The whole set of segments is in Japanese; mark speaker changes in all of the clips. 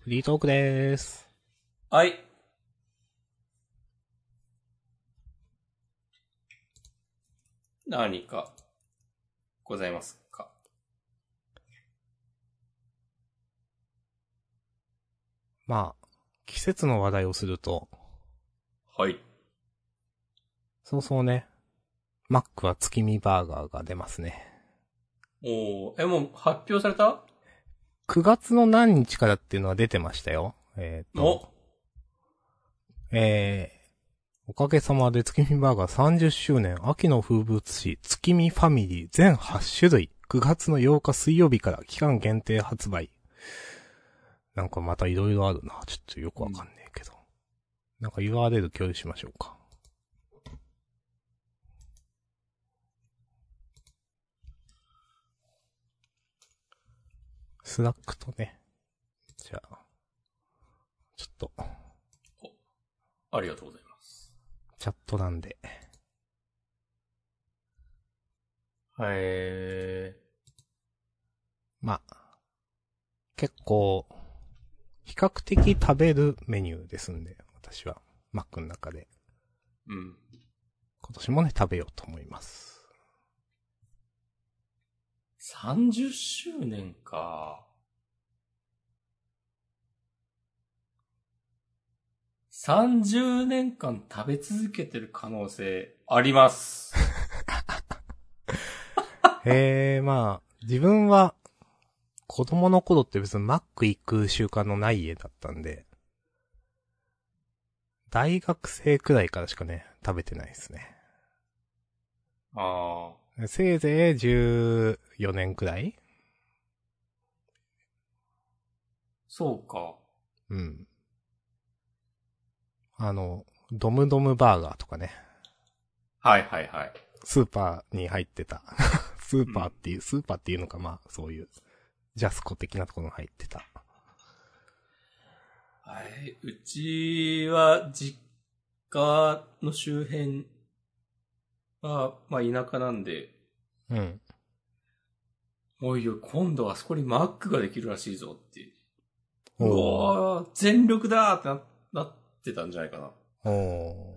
Speaker 1: フリートークでーす。
Speaker 2: はい。何か、ございますか
Speaker 1: まあ、季節の話題をすると、
Speaker 2: はい。
Speaker 1: そもそもね、マックは月見バーガーが出ますね。
Speaker 2: おーえ、もう発表された
Speaker 1: 9月の何日からっていうのは出てましたよ。えっ、と、
Speaker 2: お
Speaker 1: えー、おかげさまで月見バーガー30周年秋の風物詩月見ファミリー全8種類9月の8日水曜日から期間限定発売。なんかまた色々あるな。ちょっとよくわかんねえけど。なんか URL 共有しましょうか。スラックとね。じゃあ、ちょっと。
Speaker 2: ありがとうございます。
Speaker 1: チャットなんで。
Speaker 2: はい。
Speaker 1: まあ、結構、比較的食べるメニューですんで、私は、マックの中で。
Speaker 2: うん。
Speaker 1: 今年もね、食べようと思います。
Speaker 2: 30周年か。30年間食べ続けてる可能性あります。
Speaker 1: へえ、まあ、自分は、子供の頃って別にマック行く習慣のない家だったんで、大学生くらいからしかね、食べてないですね。
Speaker 2: ああ。
Speaker 1: せいぜい14年くらい
Speaker 2: そうか。
Speaker 1: うん。あの、ドムドムバーガーとかね。
Speaker 2: はいはいはい。
Speaker 1: スーパーに入って た。スーパーっていう、スーパーっていうのか、まあ、そういう、ジャスコ的なところに入ってた。
Speaker 2: はい。うちは、実家の周辺は、まあ田舎なんで、
Speaker 1: うん。
Speaker 2: おいおい、今度あそこにマックができるらしいぞって。う
Speaker 1: おー
Speaker 2: わー全力だーってななってたんじゃないかな。
Speaker 1: お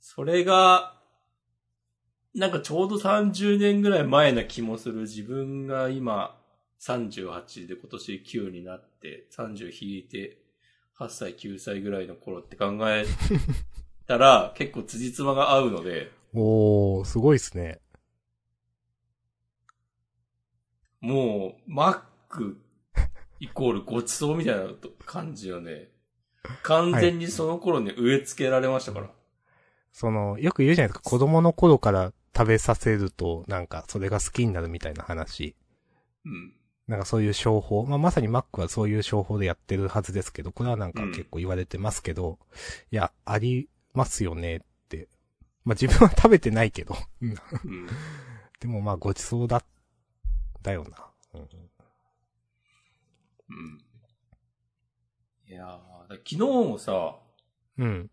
Speaker 2: それが、なんかちょうど30年ぐらい前な気もする自分が今38で今年9になって30引いて8歳9歳ぐらいの頃って考えたら結構辻褄が合うので、
Speaker 1: ー。おー、すごいっすね。
Speaker 2: もうマックイコールごちそうみたいなと感じよね。完全にその頃に植え付けられましたから。
Speaker 1: その、よく言うじゃないですか、子供の頃から食べさせると、なんか、それが好きになるみたいな話。
Speaker 2: うん。
Speaker 1: なんかそういう商法。まあ、まさにマックはそういう商法でやってるはずですけど、これはなんか結構言われてますけど、いや、ありますよねって。まあ、自分は食べてないけど。うん
Speaker 2: うん
Speaker 1: でもまあごちそうだ、だよな。うん、
Speaker 2: うん。いやーだから昨日もさ、
Speaker 1: うん。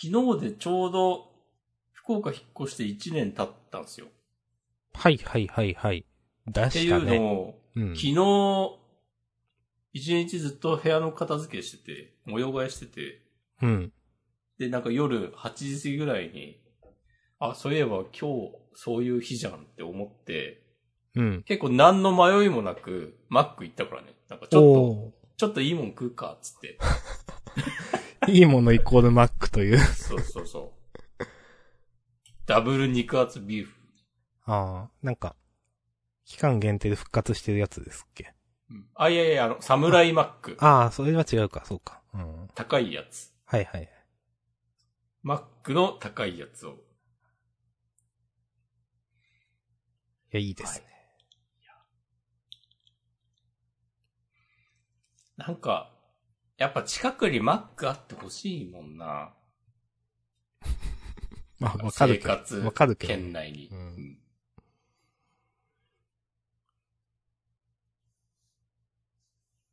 Speaker 2: 昨日でちょうど福岡引っ越して1年経ったんですよ。
Speaker 1: はいはいはいはい。出
Speaker 2: って
Speaker 1: し
Speaker 2: い
Speaker 1: た
Speaker 2: う
Speaker 1: ね。
Speaker 2: のを、
Speaker 1: うん
Speaker 2: 昨。日、1日ずっと部屋の片付けしてて、模様替えしてて、
Speaker 1: うん。
Speaker 2: で、なんか夜8時過ぎぐらいに、あ、そういえば今日そういう日じゃんって思って、
Speaker 1: うん。
Speaker 2: 結構何の迷いもなく、マック行ったからね。なんかちょっ
Speaker 1: お
Speaker 2: と、ちょっといいもん食うか、っつって。
Speaker 1: ーいいものイコールマックという。
Speaker 2: そうそうそう。ダブル肉厚ビーフ。
Speaker 1: ああ、なんか、期間限定で復活してるやつですっけ。
Speaker 2: うんあ、いやいや、あの、サムライマック。
Speaker 1: ああ、それは違うか、そうか。うん。
Speaker 2: 高いやつ。
Speaker 1: はいはい。
Speaker 2: マックの高いやつを。
Speaker 1: いや、いいですね。
Speaker 2: なんか、やっぱ近くにマックあってほしいもんな。
Speaker 1: まあ、わかる
Speaker 2: 生
Speaker 1: けど。
Speaker 2: 活
Speaker 1: わかるけど。
Speaker 2: 圏内に。
Speaker 1: うん
Speaker 2: うん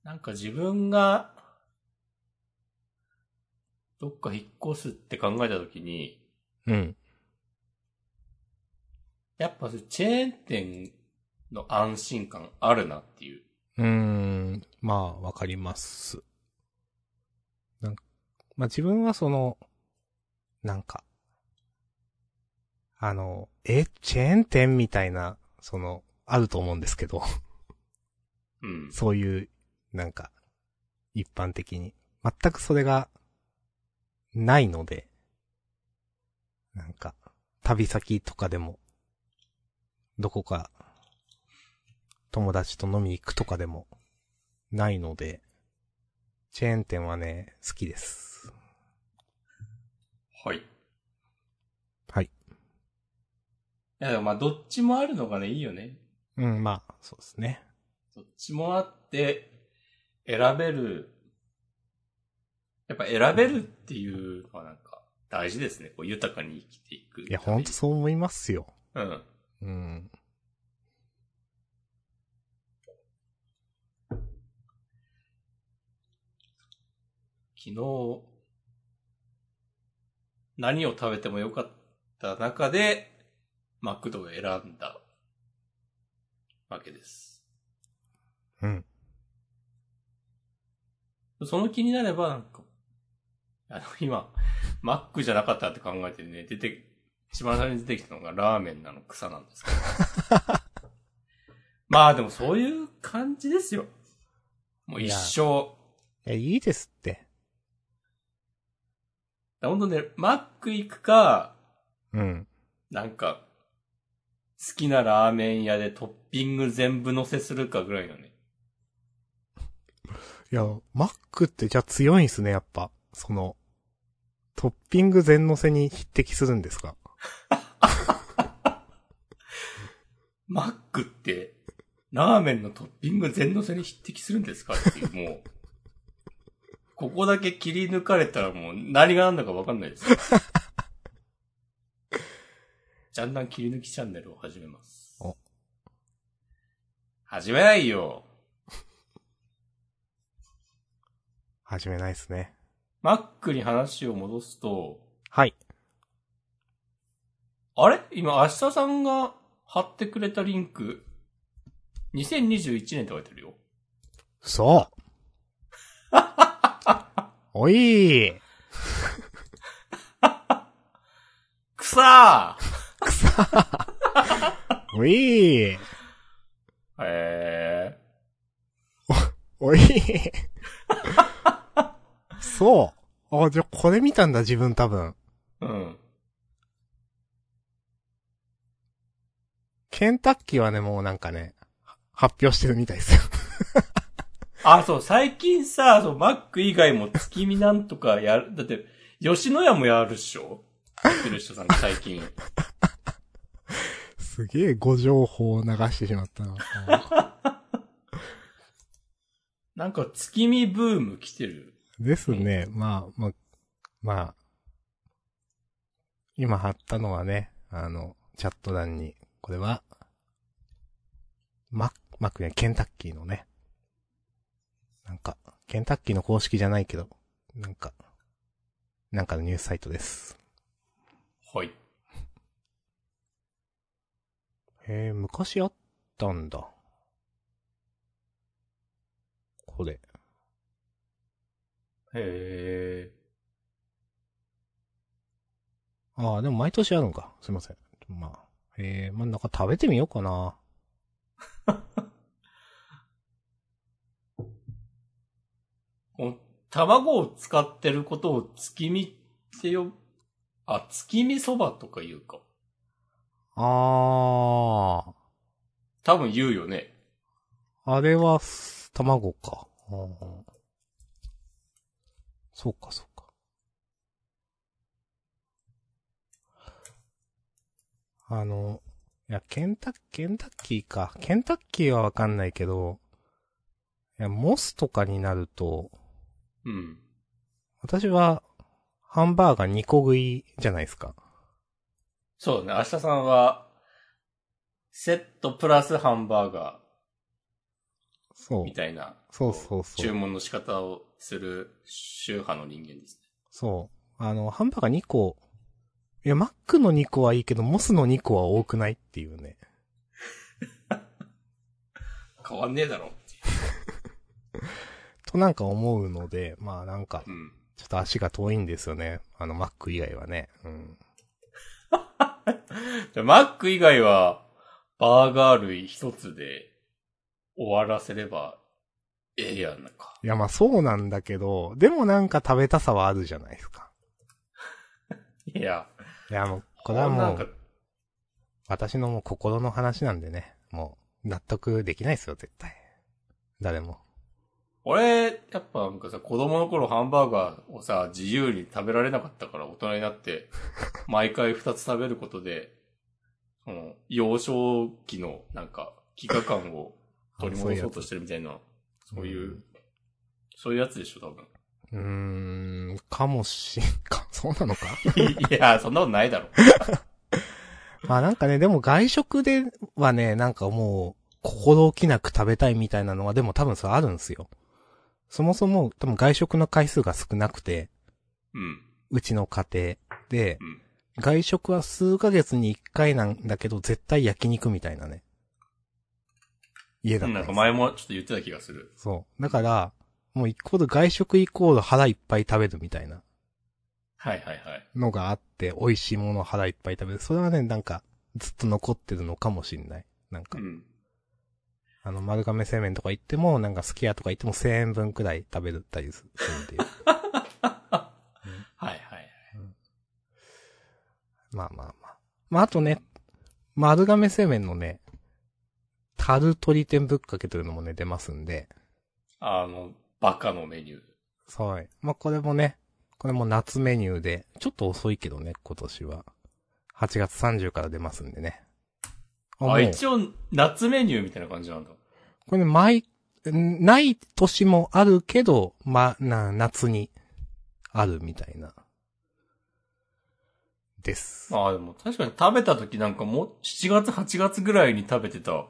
Speaker 2: なんか自分が、どっか引っ越すって考えたときに、
Speaker 1: うん。
Speaker 2: やっぱチェーン店の安心感あるなっていう。
Speaker 1: うーん、まあ、わかります。なんか、まあ自分はその、なんか、あの、え、チェーン店みたいな、その、あると思うんですけど、
Speaker 2: うん。
Speaker 1: そういう、なんか、一般的に。全くそれが、ないので、なんか、旅先とかでも、どこか、友達と飲みに行くとかでも、ないので、チェーン店はね、好きです。
Speaker 2: はい。い
Speaker 1: はい。
Speaker 2: や、でもまあ、どっちもあるのがね、いいよね。
Speaker 1: うん、まあ、そうですね。
Speaker 2: どっちもあって、選べる。やっぱ選べるっていうのはなんか、大事ですね。こう、豊かに生きていく。
Speaker 1: いや、ほんとそう思いますよ。
Speaker 2: うん。
Speaker 1: うん。
Speaker 2: 昨日、何を食べてもよかった中で、マクドを選んだわけです。
Speaker 1: うん。
Speaker 2: その気になれば、なんか、あの、今、マックじゃなかったって考えてね、出て、一番最初に出てきたのがラーメンなの草なんですけど。 まあでもそういう感じですよ。もう一生。
Speaker 1: いや、いいですって。
Speaker 2: ほんとね、マック行くか、
Speaker 1: うん。
Speaker 2: なんか、好きなラーメン屋でトッピング全部乗せするかぐらいのね。
Speaker 1: いや、マックってじゃあ強いんすね、やっぱ。その、トッピング全乗せに匹敵するんですか
Speaker 2: マックって、ラーメンのトッピング全乗せに匹敵するんですかっていう、もう、ここだけ切り抜かれたらもう何が何だかわかんないですよ。ジャンダン切り抜きチャンネルを始めます
Speaker 1: お。
Speaker 2: 始めないよ。
Speaker 1: 始めないですね。
Speaker 2: マックに話を戻すと、
Speaker 1: はい。
Speaker 2: あれ今、明日さんが貼ってくれたリンク、2021年って書いてるよ。
Speaker 1: そう おいー
Speaker 2: くさー
Speaker 1: おいー
Speaker 2: え
Speaker 1: おいーそうあ、じゃあこれ見たんだ、自分多分。
Speaker 2: ー。うん。
Speaker 1: ケンタッキーはね、もうなんかね、発表してるみたいですよ。
Speaker 2: あ、そう、最近さ、そう、マック以外も月見なんとかやる、だって、吉野家もやるっしょやってる人さんが最 近。
Speaker 1: すげえご情報を流してしまったな。
Speaker 2: なんか月見ブーム来てる。
Speaker 1: ですね。まあ、まあ、まあ、今貼ったのはね、あの、チャット欄に、これは、マック、マックね、ケンタッキーのね、なんか、ケンタッキーの公式じゃないけど、なんか、なんかのニュースサイトです。
Speaker 2: はい。
Speaker 1: へえ、昔あったんだ。これ。
Speaker 2: へ
Speaker 1: ああ、でも毎年あるのか。すいません。まあ、ええまあなんか食べてみようかな。
Speaker 2: ー。この卵を使ってることを月見ってよ、あ、月見そばとか言うか。
Speaker 1: ああ。
Speaker 2: 多分言うよね。
Speaker 1: あれはす、卵か。うんうんそうか、そうか。あの、いや、ケンタッ、ケンタッキーか。ケンタッキーはわかんないけど、いや、モスとかになると、
Speaker 2: うん。
Speaker 1: 私は、ハンバーガー2個食いじゃないですか。
Speaker 2: そうだね。明日さんは、セットプラスハンバーガ
Speaker 1: そ
Speaker 2: ー
Speaker 1: う
Speaker 2: み。たいな、
Speaker 1: そうそうそう
Speaker 2: 注。文の仕方をする宗派の人間です
Speaker 1: そう。あの、ハンバーガー2個、いや、マックの2個はいいけど、モスの2個は多くないっていうね。
Speaker 2: ね。変わんねえだろ。
Speaker 1: となんか思うので、まあなんか、
Speaker 2: うん。
Speaker 1: ちょっと足が遠いんですよね。あの、Mac 以外はね。うん。
Speaker 2: じゃあマック以外は、バーガー類一つで終わらせれば、ええやんなか。
Speaker 1: いや、まあそうなんだけど、でもなんか食べたさはあるじゃないですか。
Speaker 2: いや、
Speaker 1: いや、もう、これは
Speaker 2: な
Speaker 1: も
Speaker 2: んか
Speaker 1: う、、私のもう心の話なんでね。もう、納得できないですよ、絶対。誰も。、
Speaker 2: 俺、やっぱなんかさ、子供の頃ハンバーガーをさ、自由に食べられなかったから、大人になって、毎回二つ食べることで、その、幼少期の、なんか、飢餓感を取り戻そうとしてるみたいな、そういううんそういうやつでしょ、多分。
Speaker 1: うーん、かもしん、 か、そうなのか
Speaker 2: いや、そんなことないだろ。
Speaker 1: まあなんかね、でも外食ではね、なんかもう、心置きなく食べたいみたいなのは、でも多分それあるんですよ。そもそも、多分外食の回数が少なくて、
Speaker 2: うん。
Speaker 1: うちの家庭で
Speaker 2: うん、
Speaker 1: 外食は数ヶ月に一回なんだけど、絶対焼肉みたいなね。家だった
Speaker 2: なん
Speaker 1: で
Speaker 2: ん
Speaker 1: す
Speaker 2: か前もちょっと言ってた気がする。
Speaker 1: そう。だから、もうイコール外食イコール腹いっぱい食べるみたいな
Speaker 2: はいはいはい。
Speaker 1: のがあって、美味しいものを腹いっぱい食べる。それはね、なんか、ずっと残ってるのかもしんない。なんか
Speaker 2: う、ん。
Speaker 1: あの、丸亀製麺とか行っても、なんかスキヤとか行っても1000円分くらい食べるったりするっていう。
Speaker 2: はいはいはい。
Speaker 1: まあまあまあ。まああとね、丸亀製麺のね、樽鶏天ぶっかけというのもね、出ますんで。
Speaker 2: あの、バカのメニュー。
Speaker 1: はい。まあ、これもね、これも夏メニューで、ちょっと遅いけどね、今年は。8月30から出ますんでね。あ、も
Speaker 2: あ、
Speaker 1: う
Speaker 2: 一応、夏メニューみたいな感じなんだ。
Speaker 1: これね、毎、んない年もあるけど、ま、な、夏に、あるみたいな。です。
Speaker 2: ああ、でも確かに食べた時なんかもう7月8月ぐらいに食べてた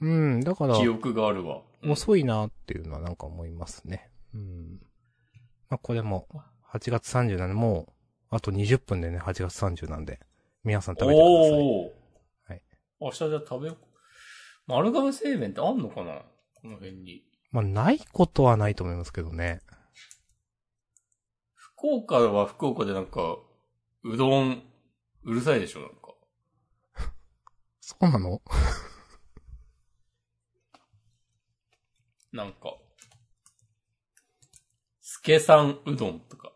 Speaker 1: うん、だから、
Speaker 2: 記憶があるわ。
Speaker 1: 遅いなっていうのはなんか思いますね。うん。まあ、これも、8月30なんで、もう、あと20分でね、8月30なんで、皆さん食べてください。
Speaker 2: おおー。
Speaker 1: はい
Speaker 2: 明日じゃあ食べよう。丸亀製麺ってあんのかなこの辺に。
Speaker 1: まあ、ないことはないと思いますけどね。
Speaker 2: 福岡は福岡でなんか、うどん、うるさいでしょなんか。
Speaker 1: そうなの
Speaker 2: なんか。すけさんうどんとか。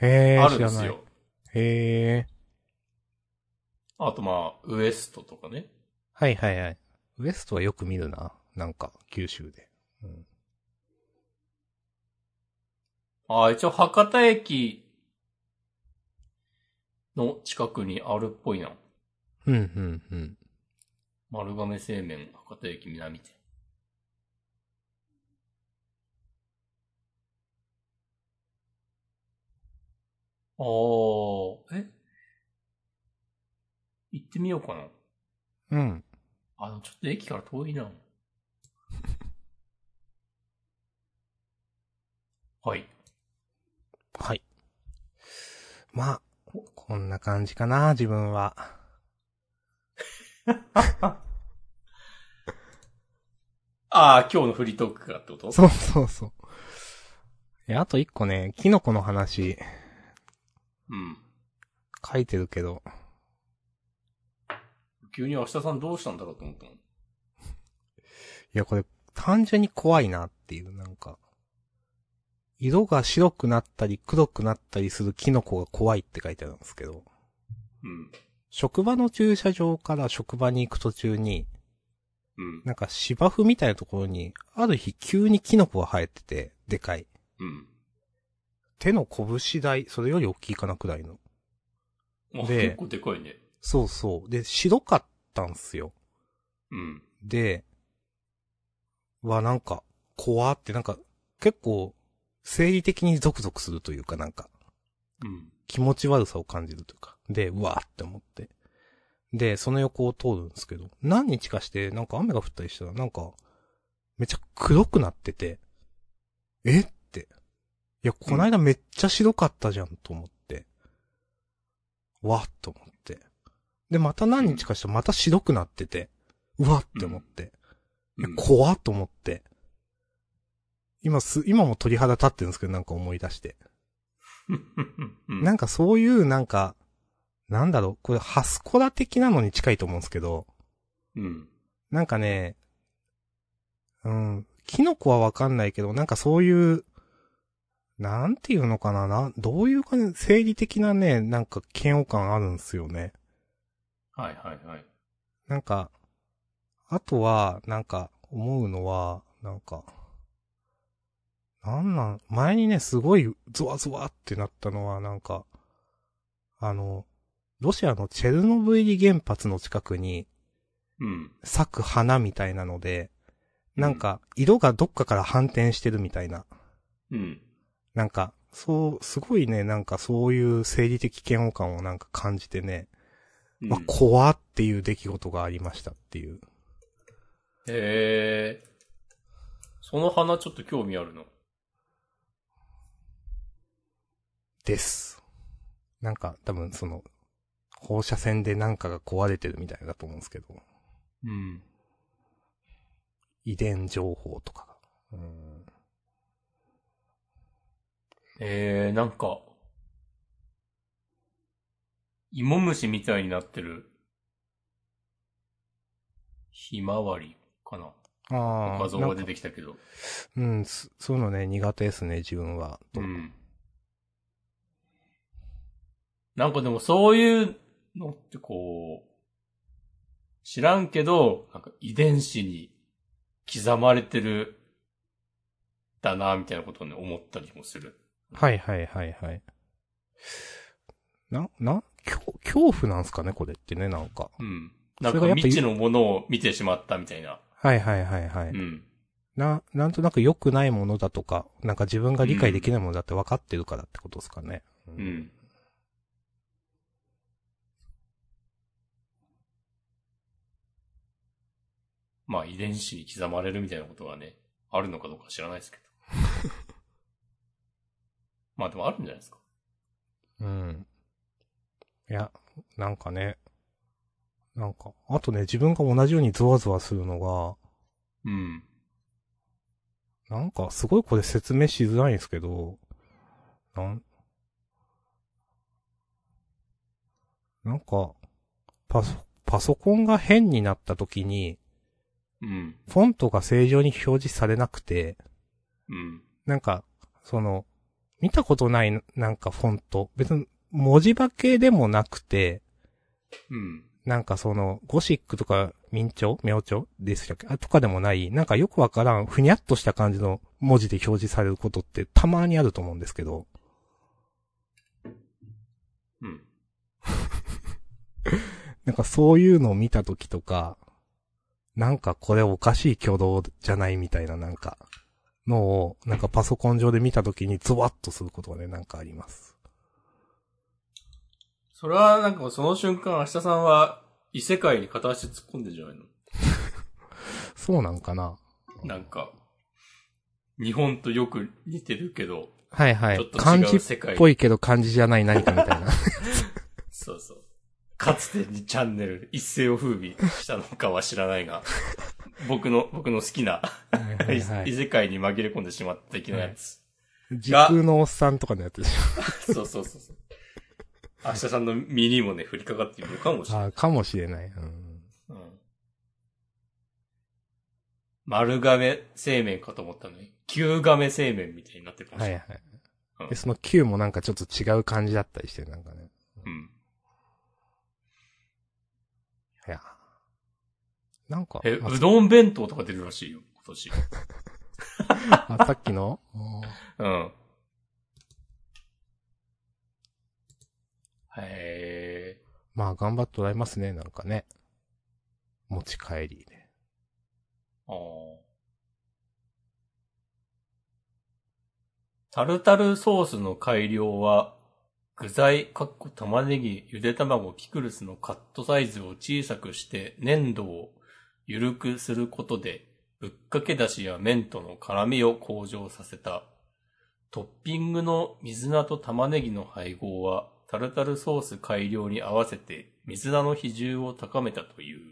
Speaker 1: へえ、
Speaker 2: あるん
Speaker 1: 知
Speaker 2: で
Speaker 1: ら
Speaker 2: す
Speaker 1: ない。
Speaker 2: よ。
Speaker 1: へえ、
Speaker 2: あとまあ、ウエストとかね。
Speaker 1: はいはいはい。ウエストはよく見るな。なんか、九州で。うん、
Speaker 2: ああ、一応博多駅の近くにあるっぽいな。
Speaker 1: うん、うん、うん。
Speaker 2: 丸亀製麺博多駅南店。あー、え行ってみようかな。
Speaker 1: うん。
Speaker 2: あの、ちょっと駅から遠いな。 はい。
Speaker 1: はい。まあ、こんな感じかな、自分は。
Speaker 2: ああ、今日のフリートークかってこ と
Speaker 1: そうそうそう。え、あと一個ね、キノコの話、
Speaker 2: うん。
Speaker 1: 書いてるけど、
Speaker 2: 急に明日さんどうしたんだろうと思ったの。
Speaker 1: いや、これ、単純に怖いなっていう、なんか。色が白くなったり黒くなったりするキノコが怖いって書いてあるんですけど、
Speaker 2: うん。
Speaker 1: 職場の駐車場から職場に行く途中に、
Speaker 2: うん。
Speaker 1: なんか芝生みたいなところに、ある日急にキノコが生えてて、でかい。
Speaker 2: う
Speaker 1: 手の拳大、それより大きいかなくらいの。
Speaker 2: ん。あ
Speaker 1: で
Speaker 2: 結構でかいね。
Speaker 1: そうそう。で、白かったんすよ。
Speaker 2: うん。
Speaker 1: で、はなんか、怖って、なんか、結構、生理的にゾクゾクするというか、なんか、
Speaker 2: うん。
Speaker 1: 気持ち悪さを感じるというか、で、うわーって思って。で、その横を通るんですけど、何日かして、なんか雨が降ったりしたら、なんか、めっちゃ黒くなってて、えって。いや、こないだめっちゃ白かったじゃん、と思って。わーっと思って。で、また何日かして、また白くなってて、うわーって思って。
Speaker 2: うん
Speaker 1: 怖っと思って。今す、今も鳥肌立ってるんですけど、なんか思い出して。
Speaker 2: うん
Speaker 1: なんかそういう、なんか、なんだろう、これ、ハスコラ的なのに近いと思うんですけど、
Speaker 2: うん。
Speaker 1: なんかね、うん、キノコはわかんないけど、なんかそういう、なんていうのかな、な、どういうかね、生理的なね、なんか嫌悪感あるんですよね。
Speaker 2: はいはいはい。
Speaker 1: なんか、あとは、なんか、思うのは、なんか、なんなん、前にね、すごい、ゾワゾワってなったのは、なんか、あの、ロシアのチェルノブイリ原発の近くに、
Speaker 2: うん。
Speaker 1: 咲く花みたいなので、なんか、色がどっかから反転してるみたいな。
Speaker 2: うん。
Speaker 1: なんか、そう、すごいね、なんかそういう生理的嫌悪感をなんか感じてね、
Speaker 2: うん
Speaker 1: まあ、怖っていう出来事がありましたっていう。
Speaker 2: へえ。その花ちょっと興味あるの。
Speaker 1: です。なんか、多分その、放射線でなんかが壊れてるみたいだと思うんですけど、
Speaker 2: うん。
Speaker 1: 遺伝情報とかが。うん。
Speaker 2: えー、なんか、芋虫みたいになってる、ひまわりかな。
Speaker 1: ああ、
Speaker 2: 画像
Speaker 1: な
Speaker 2: が
Speaker 1: ん
Speaker 2: 出
Speaker 1: か
Speaker 2: てきたけど。
Speaker 1: うん、そそういうのね、苦手ですね、自分は。
Speaker 2: うん。なんかでもそういうのってこう、知らんけど、なんか遺伝子に刻まれてる、だな、みたいなことをね、思ったりもする。
Speaker 1: はいはいはいはい。な、な、恐恐怖なんすかね、これってね、なんか。
Speaker 2: うん。な
Speaker 1: それ
Speaker 2: んか
Speaker 1: がやっぱ
Speaker 2: 未知のものを見てしまったみたいな。
Speaker 1: はいはいはいはい。
Speaker 2: うん。
Speaker 1: な、なんとなく良くないものだとか、なんか自分が理解できないものだって分かってるからってことですかね。う
Speaker 2: う。ん。まあ遺伝子に刻まれるみたいなことがね、あるのかどうか知らないですけ ど。まあでもあるんじゃないですか。
Speaker 1: うん。いや、なんかね。なんか、あとね、自分が同じようにゾワゾワするのが、
Speaker 2: うん。
Speaker 1: なんかすごいこれ説明しづらいんですけど、なん、なんか、パソ、パソコンが変になった時に、
Speaker 2: うん。
Speaker 1: フォントが正常に表示されなくて、
Speaker 2: うん。
Speaker 1: なんか、その、見たことないなんかフォント、別に文字化けでもなくて、
Speaker 2: うん。
Speaker 1: なんかその、ゴシックとか、明朝明朝でしたっけあ、とかでもない、なんかよくわからん、ふにゃっとした感じの文字で表示されることってたまにあると思うんですけど、
Speaker 2: うん。
Speaker 1: なんかそういうのを見た時とか、なんかこれおかしい挙動じゃないみたいななんか、のを、なんかパソコン上で見た時にゾワッとすることがね、なんかあります。
Speaker 2: それはなんかその瞬間、明日さんは異世界に片足突っ込んでんじゃないの
Speaker 1: そうなんかな
Speaker 2: なんか、日本とよく似てるけど、
Speaker 1: はいは
Speaker 2: ちょ
Speaker 1: い
Speaker 2: っ。と違
Speaker 1: 漢字
Speaker 2: う
Speaker 1: っ
Speaker 2: 世界に
Speaker 1: ぽいけど漢字じゃない何かみ たいな。
Speaker 2: そうそう。かつて2チャンネル一世を風靡したのかは知らな いが、僕の、僕の好きな、
Speaker 1: はいはいは
Speaker 2: 異
Speaker 1: い。
Speaker 2: 世界に紛れ込んでしまった的なやつ。
Speaker 1: 時空のおっさんとかのやつでしょ
Speaker 2: そうそうそうそう。明日さんの身にもね、降りかかっているのかもしれない。
Speaker 1: あーかもしれない。うん。
Speaker 2: うん丸亀製麺かと思ったのに、旧亀製麺みたいになってるかもし
Speaker 1: はい
Speaker 2: れ
Speaker 1: は
Speaker 2: ない。
Speaker 1: い。
Speaker 2: うん
Speaker 1: で、その Q もなんかちょっと違う感じだったりして、なんかね。
Speaker 2: うん。
Speaker 1: いや。なんか、
Speaker 2: え、
Speaker 1: ま
Speaker 2: うどん弁当とか出るらしいよ、今年。
Speaker 1: ああさっきのうん
Speaker 2: うん。へえ。
Speaker 1: まあ頑張っておられますね、なんかね。持ち帰りね。
Speaker 2: ああ。タルタルソースの改良は、具材、かっこ玉ねぎ、ゆで卵、ピクルスのカットサイズを小さくして粘土を緩くすることで、ぶっかけだしや麺との絡みを向上させた。トッピングの水菜と玉ねぎの配合は、タルタルソース改良に合わせて水菜の比重を高めたという。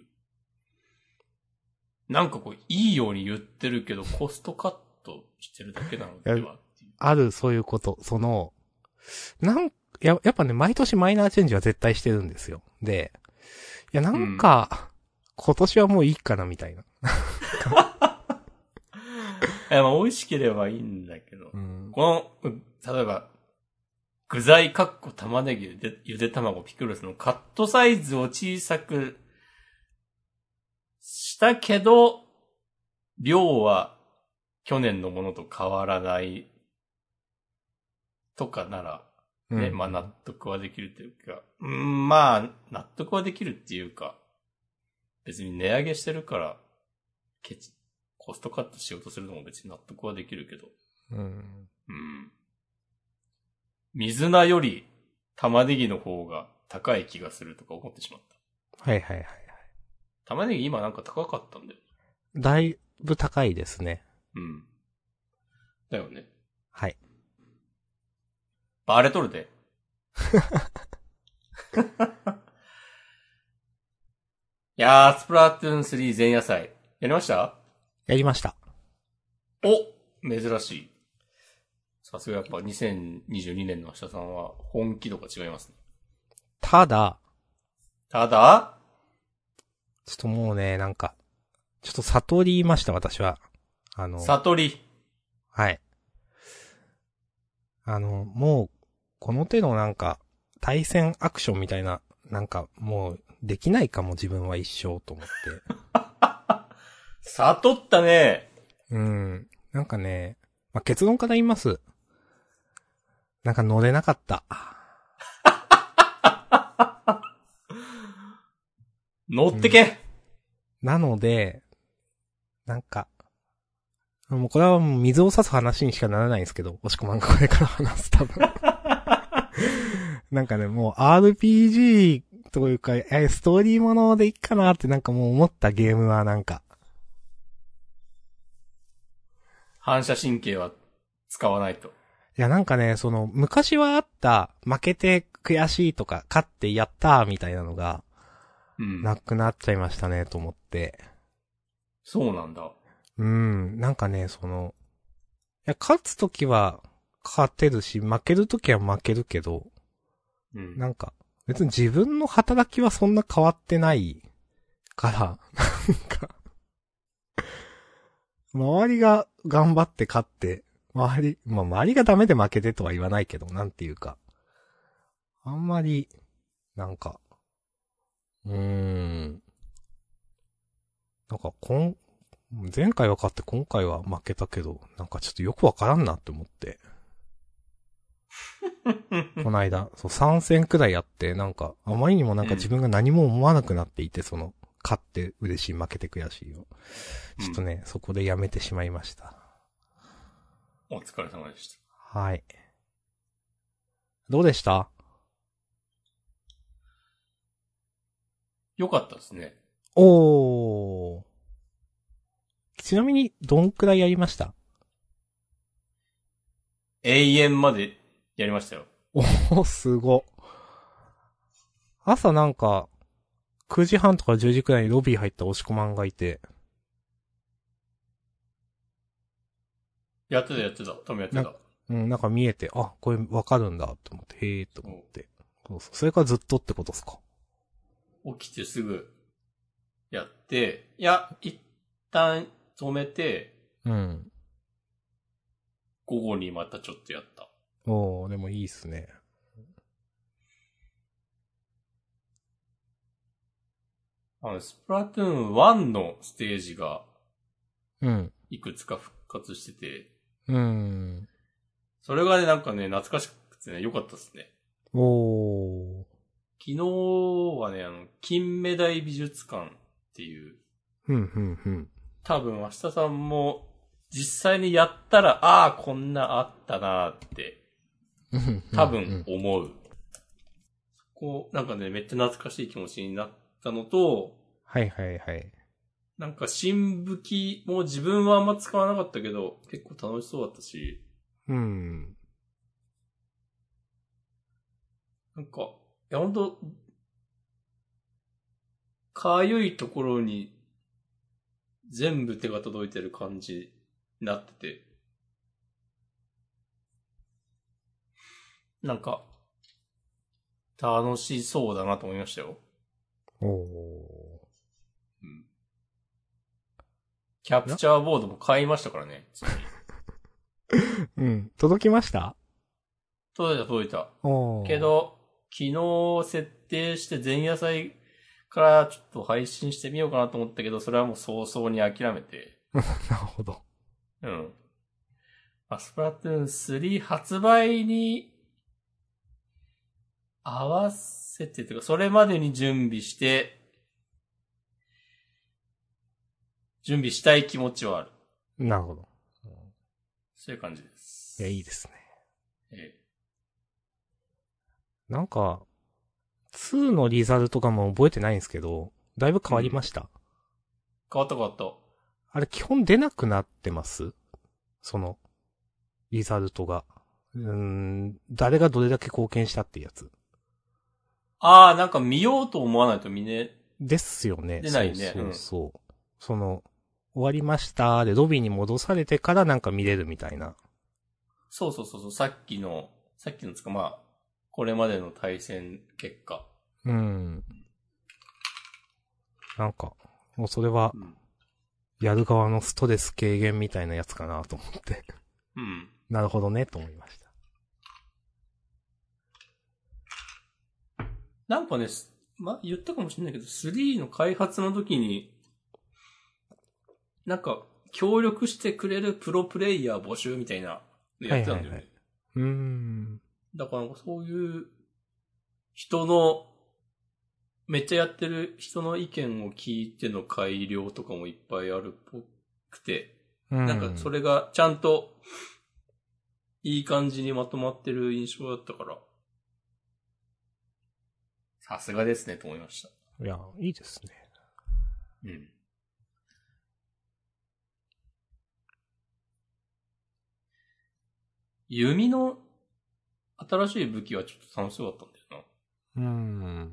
Speaker 2: なんかこう、いいように言ってるけど、コストカッとしてるだけなの
Speaker 1: い
Speaker 2: で
Speaker 1: や
Speaker 2: はっていう。
Speaker 1: ある、そういうこと。その、なん、や、やっぱね、毎年マイナーチェンジは絶対してるんですよ。で、いや、なんか、今年はもういいかな、みたいな。
Speaker 2: いや、まあ、美味しければいいんだけど。
Speaker 1: うん。
Speaker 2: この、うん例えば、具材かっこ玉ねぎ、ゆでゆで卵、ピクルスのカットサイズを小さくしたけど、量は去年のものと変わらないとかなら、ね、まあ納得はできるというか、うん、まあ納得はできるっていうか、別に値上げしてるから、ケチ、コストカットしようとするのも別に納得はできるけど、
Speaker 1: うん。
Speaker 2: うん。水菜より玉ねぎの方が高い気がするとか思ってしまった。
Speaker 1: はいはいはい。
Speaker 2: 玉ねぎ今なんか高かったんだよ。
Speaker 1: だいぶ高いですね。
Speaker 2: うん。だよね。
Speaker 1: はい。
Speaker 2: バレとるで。いやー、スプラトゥーン3前夜祭。やりました
Speaker 1: やりました。
Speaker 2: お珍しい。さすがやっぱ2022年の明日さんは本気度が違いますね。
Speaker 1: ただ、
Speaker 2: ただ、
Speaker 1: ちょっともうね、なんか、ちょっと悟りました、私は。あの、
Speaker 2: 悟り。
Speaker 1: はい。あの、もう、この手のなんか、対戦アクションみたいな、なんか、もう、できないかも、自分は一生、と思って。
Speaker 2: 悟ったね。
Speaker 1: うん。なんかね、まあ、結論から言います。なんか乗れなかった。
Speaker 2: 乗ってけ、
Speaker 1: なので、なんか、もうこれはもう水を差す話にしかならないんですけど、押し込まんがこれから話す、多 分。なんかね、もう RPG というか、えストーリーものでいいかなってなんかもう思ったゲームはなんか、
Speaker 2: 反射神経は使わないと。
Speaker 1: いやなんかね、その、昔はあった、負けて悔しいとか、勝ってやったーみたいなのが、
Speaker 2: うん。
Speaker 1: なくなっちゃいましたね、と思って。
Speaker 2: そうなんだ。
Speaker 1: うん、なんかね、その、いや、勝つときは勝てるし、負けるときは負けるけど、
Speaker 2: うん。
Speaker 1: なんか、別に自分の働きはそんな変わってないから、なんか、周りが頑張って勝って、周り、まあ周りがダメで負けてとは言わないけど、なんていうか、あんまり、なんか、うーん、なんかこん、前回は勝って今回は負けたけど、なんかちょっとよくわからんなって思って。 この間、そう、3戦くらいやって、なんか、あまりにもなんか自分が何も思わなくなっていて、その、勝って嬉しい、負けて悔しいを。ちょっとね、そこでやめてしまいました。
Speaker 2: お疲れ様でした。
Speaker 1: はい。どうでした
Speaker 2: よかったですね。
Speaker 1: おー。ちなみに、どんくらいやりました
Speaker 2: 永遠までやりましたよ。
Speaker 1: お、すご。朝なんか、9時半とか10時くらいにロビー入った押し込まんがいて、
Speaker 2: やってたやってた。多分やって
Speaker 1: な
Speaker 2: た。
Speaker 1: うん、なんか見えて、あ、これわかるんだ、と思って、へえ、と思って。そうそう。それからずっとってことですか
Speaker 2: 起きてすぐやって、いや、一旦止めて、
Speaker 1: うん。
Speaker 2: 午後にまたちょっとやった。
Speaker 1: おー、でもいいっすね。
Speaker 2: あの、スプラトゥーン1のステージが
Speaker 1: うん。
Speaker 2: いくつか復活してて、
Speaker 1: うん。
Speaker 2: それがね、なんかね、懐かしくてね、よかったですね。
Speaker 1: おー。
Speaker 2: 昨日はね、あの、金目鯛美術館っていう、
Speaker 1: ふんふんふん。
Speaker 2: 多分明日さんも実際にやったら、ああ、こんなあったなーって、
Speaker 1: うんうんうん
Speaker 2: 多分。思う。こう、なんかね、めっちゃ懐かしい気持ちになったのと、
Speaker 1: はいはいはい。
Speaker 2: なんか新武器も自分はあんま使わなかったけど、結構楽しそうだったし、
Speaker 1: うん。
Speaker 2: なんか、いやほんと、かゆいところに全部手が届いてる感じになってて、なんか、楽しそうだなと思いましたよ。
Speaker 1: おお
Speaker 2: キャプチャーボードも買いましたからね。
Speaker 1: ー。うん。届きました
Speaker 2: 届いた届いた。
Speaker 1: おー
Speaker 2: け。ど、昨日設定して前夜祭からちょっと配信してみようかなと思ったけど、それはもう早々に諦めて。
Speaker 1: なるほど。
Speaker 2: うん。まあ、スプラトゥーン3発売に合わせてというか、それまでに準備して、準備したい気持ちはある。
Speaker 1: なるほど。
Speaker 2: そういう感じで
Speaker 1: い
Speaker 2: す。
Speaker 1: や、いいですね。
Speaker 2: ええ
Speaker 1: なんか、2のリザルとかも覚えてないんですけど、だいぶ変わりました。
Speaker 2: 変わった変わった。
Speaker 1: あれ、基本出なくなってますその、リザルトが。うーん、誰がどれだけ貢献したってやつ。
Speaker 2: ああ、なんか見ようと思わないと見ね、
Speaker 1: ですよね。
Speaker 2: 出ないね
Speaker 1: そうそうそう。その、終わりましたで、ロビーに戻されてからなんか見れるみたいな。
Speaker 2: そうそうそうそう、さっきの、さっきのつか、まあ、これまでの対戦結果。
Speaker 1: うん。なんか、もうそれは
Speaker 2: う、ん。
Speaker 1: やる側のストレス軽減みたいなやつかなと思って。
Speaker 2: うん。
Speaker 1: なるほどね、と思いました。
Speaker 2: なんかね、すま、言ったかもしれないけど、3の開発の時に、なんか、協力してくれるプロプレイヤー募集みたいな、やってたんだよね。
Speaker 1: はいはいはいうーん。
Speaker 2: だからなんかそういう、人の、めっちゃやってる人の意見を聞いての改良とかもいっぱいあるっぽくて、
Speaker 1: な
Speaker 2: なんかそれがちゃんと、いい感じにまとまってる印象だったから、さすがですね、と思いました。
Speaker 1: いや、いいですね。
Speaker 2: うん。弓の新しい武器はちょっと楽しそうだったんだよ
Speaker 1: うーん。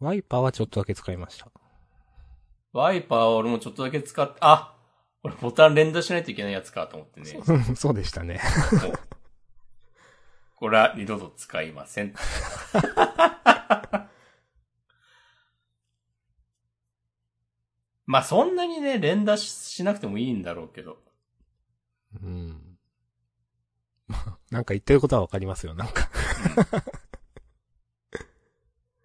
Speaker 1: ワイパーはちょっとだけ使いました。
Speaker 2: な。ワイパーは俺もちょっとだけ使って、あ俺ボタン連打しないといけないやつかと思ってね。
Speaker 1: うんそうでしたね。
Speaker 2: もうこれは二度と使いません。 まあそんなにね、連打ししなくてもいいんだろうけど。
Speaker 1: うん。まあ なんか言ってることはわかりますよ、なんか。
Speaker 2: い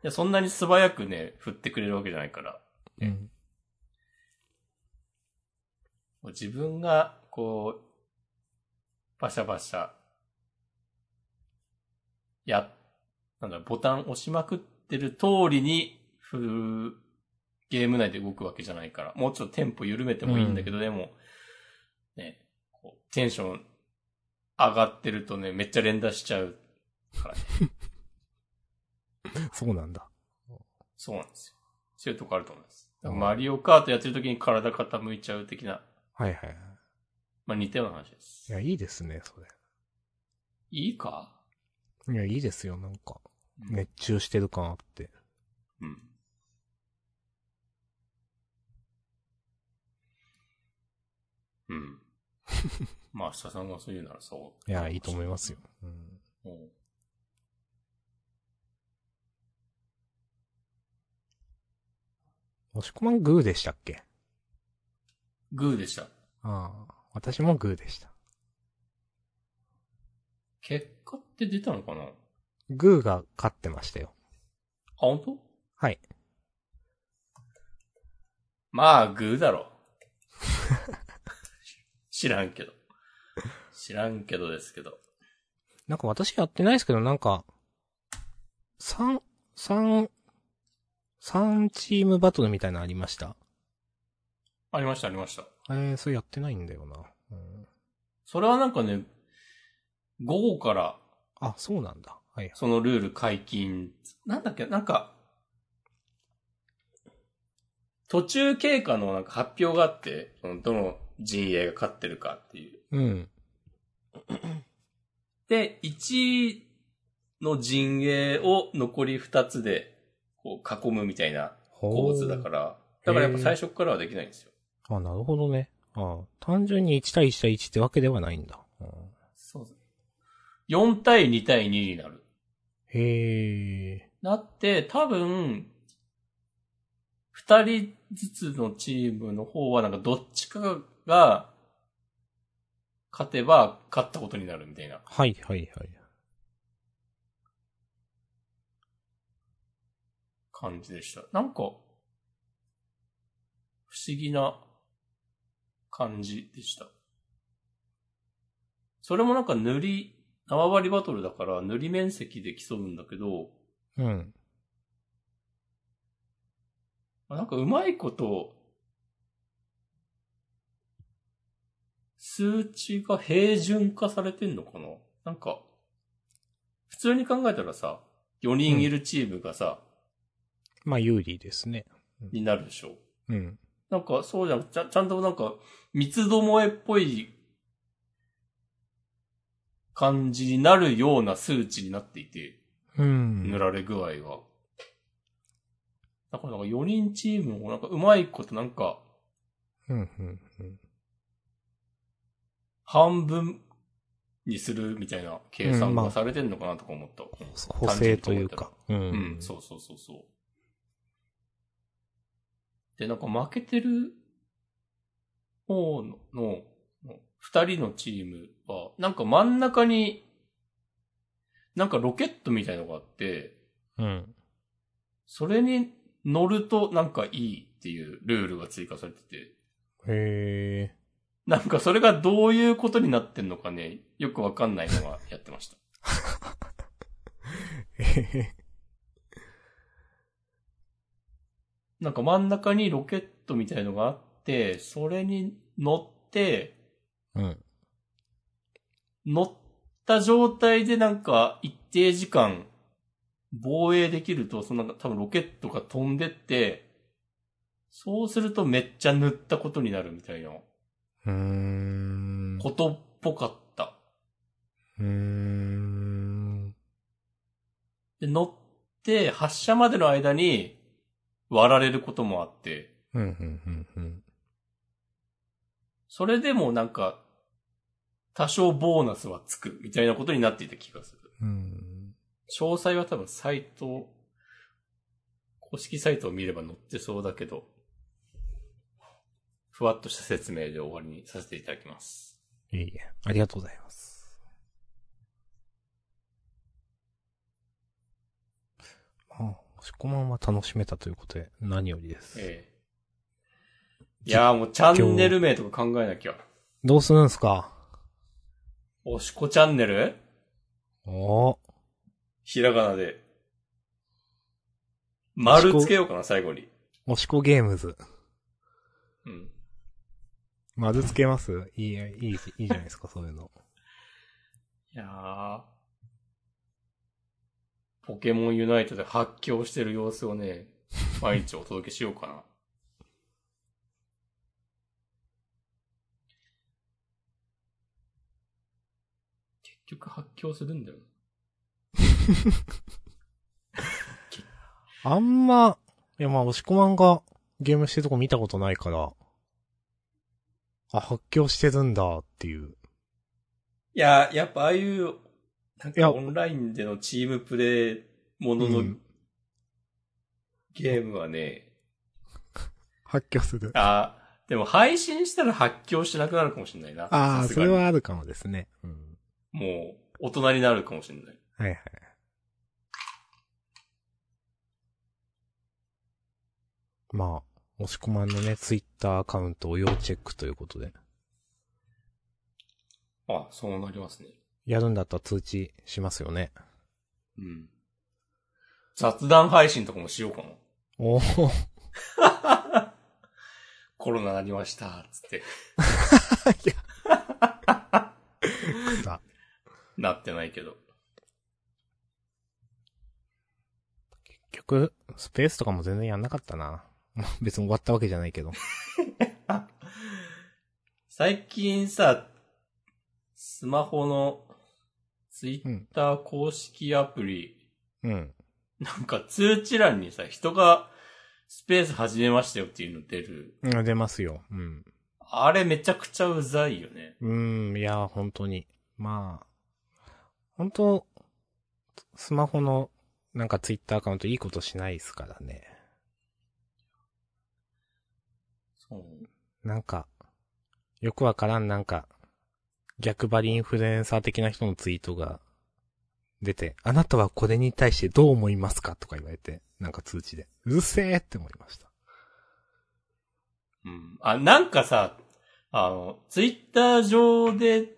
Speaker 2: や、そんなに素早くね、振ってくれるわけじゃないから。うもう自分が、こう、バシャバシャ、や、なんだろう、ボタン押しまくってる通りに、振る、ゲーム内で動くわけじゃないから、もうちょっとテンポ緩めてもいいんだけど、でも、ね、こうテンション上がってるとね、めっちゃ連打しちゃうからね、
Speaker 1: そうなんだ。
Speaker 2: そうなんですよ。そういうとこあると思います。だからマリオカートやってる時に体傾いちゃう的な、
Speaker 1: はいはいはい。
Speaker 2: まあ似たような話で
Speaker 1: い
Speaker 2: す。
Speaker 1: や、いいですね、そ
Speaker 2: いいか
Speaker 1: れ。いや、いいですよ、なんか。熱中してる感あって。
Speaker 2: うん。 うん。まあ、明日さんがそう言うならそう。
Speaker 1: いや、いいと思いますよ。。うん。
Speaker 2: うん
Speaker 1: 押し込まんグーでしたっけ
Speaker 2: グーでした。
Speaker 1: ああ。私もグーでした。
Speaker 2: 結果って出たのかなあ、
Speaker 1: グーが勝ってましたよ。
Speaker 2: 本当
Speaker 1: はい。
Speaker 2: まあ、グーだろ。 知らんけど。知らんけどですけど。
Speaker 1: なんか私やってないですけど、なんか、三、三、三チームバトルみたいなのありました。
Speaker 2: ありました、ありました。
Speaker 1: えー、それやってないんだよな。うん、
Speaker 2: それはなんかね、午後から
Speaker 1: あ、そうなんだ。はい。
Speaker 2: そのルール解禁。なんだっけ、なんか、途中経過のなんか発表があって、そのどの陣営が勝ってるかっていう。
Speaker 1: うん。
Speaker 2: で、1位の陣営を残り2つで、こう囲むみたいな
Speaker 1: ほ
Speaker 2: 構図だから、だからやっぱ最初からはできないんですよ。
Speaker 1: ら。あ、なるほどね。あ単純に1対1対1ってわけではないんだ。うん
Speaker 2: 4対2対2になる。
Speaker 1: へえ。
Speaker 2: なって、多分、二人ずつのチームの方は、なんかどっちかが、勝てば勝ったことになるみたいな。
Speaker 1: はいはいはい。
Speaker 2: 感じでした。なんか、不思議な感じでした。それもなんか塗り、縄張りバトルだから塗り面積で競うんだけど、
Speaker 1: うん。
Speaker 2: なんかうまいこと、数値が平準化されてんのかななんか、普通に考えたらさ、4人いるチームがさ、
Speaker 1: まあ、有利ですね。
Speaker 2: になるでしょ
Speaker 1: うん。
Speaker 2: なんか、そうじゃん、ちゃちゃんとなんか、三つどもえっぽい感じになるような数値になっていて、
Speaker 1: うん。
Speaker 2: 塗られ具合が。だからなんか4人チームもなんかうまいことなんか、
Speaker 1: うん、うん、うん。
Speaker 2: 半分にするみたいな計算がされてんのかなとか思った。
Speaker 1: 補正というか。う
Speaker 2: うん、
Speaker 1: ん。
Speaker 2: そうそうそうそう。で、なんか負けてる方の、のの二人のチームは、なんか真ん中に、なんかロケットみたいのがあって、
Speaker 1: うん。
Speaker 2: それに乗るとなんかいいっていうルールが追加されてて、
Speaker 1: へえ。
Speaker 2: なんかそれがどういうことになってんのかね、よくわかんないのがやってました。
Speaker 1: えへへ
Speaker 2: なんか真ん中にロケットみたいのがあって、それに乗って、
Speaker 1: うん。
Speaker 2: 乗った状態でなんか一定時間防衛できると、そのなんか多分ロケットが飛んでって、そうするとめっちゃ塗ったことになるみたいな
Speaker 1: うーん。
Speaker 2: ことっぽかった。
Speaker 1: うーん。
Speaker 2: で、乗って発射までの間に割られることもあって、
Speaker 1: うん、うん、うん、うん。
Speaker 2: それでもなんか、多少ボーナスはつくみたいなことになっていた気がする。
Speaker 1: うん。
Speaker 2: 詳細は多分サイト、公式サイトを見れば載ってそうだけど、ふわっとした説明で終わりにさせていただきます。
Speaker 1: いえいえ。ありがとうございます。あ、しこまんは楽しめたということで、何よりです。
Speaker 2: ええ。いやーもうチャンネル名とか考えなきゃ。
Speaker 1: どうするんすか
Speaker 2: おしこチャンネル
Speaker 1: おー
Speaker 2: ひらがなで。丸つけようかな、最後に。
Speaker 1: おしこゲームズ。
Speaker 2: うん。
Speaker 1: まずつけますいい、いい、いいじゃないですか、そういうの。
Speaker 2: いやーポケモンユナイトで発狂してる様子をね、 毎日お届けしようかな。結局発狂するんだよな。
Speaker 1: あんま、いやまあ、押し込まんがゲームしてるとこ見たことないから、あ、発狂してるんだっていう。
Speaker 2: いやーやっぱああいう、な
Speaker 1: い
Speaker 2: ん
Speaker 1: や
Speaker 2: かオンラインでのチームプレイもの
Speaker 1: う
Speaker 2: の
Speaker 1: ん
Speaker 2: ゲームはね、
Speaker 1: 発狂する。
Speaker 2: あーでも配信したら発狂しなくなるかもしれないな。
Speaker 1: ああ、
Speaker 2: さす
Speaker 1: そ
Speaker 2: が
Speaker 1: れ
Speaker 2: に
Speaker 1: はあるかもですね。うん。
Speaker 2: もう、大人になるかもしれない。
Speaker 1: はいはい。まあ、押し込まんのね、ツイッターアカウントを要チェックということで。
Speaker 2: あ、そうなりますね。
Speaker 1: やるんだったら通知しますよね。
Speaker 2: うん。雑談配信とかもしようかも。
Speaker 1: おお、
Speaker 2: コロナなりました、つって。
Speaker 1: だ。
Speaker 2: なってないけど。
Speaker 1: 結局、スペースとかも全然やんなかったな。まあ別に終わったわけじゃないけど。
Speaker 2: 最近さ、スマホのツイッター公式アプリ、
Speaker 1: うん。
Speaker 2: なんか通知欄にさ、人がスペース始めましたよっていうの出る。
Speaker 1: うん出ますよ。うん。
Speaker 2: あれめちゃくちゃうざいよね。
Speaker 1: うーん、いや、本当に。まあ、本当スマホの、なんかツイッターアカウントいいことしないですからね。
Speaker 2: そう。
Speaker 1: なんか、よくわからんなんか、逆張りインフルエンサー的な人のツイートが出て、あなたはこれに対してどう思いますかとか言われて、なんか通知で、うるせえって思いました。
Speaker 2: うん。あ、なんかさ、あの、ツイッター上で、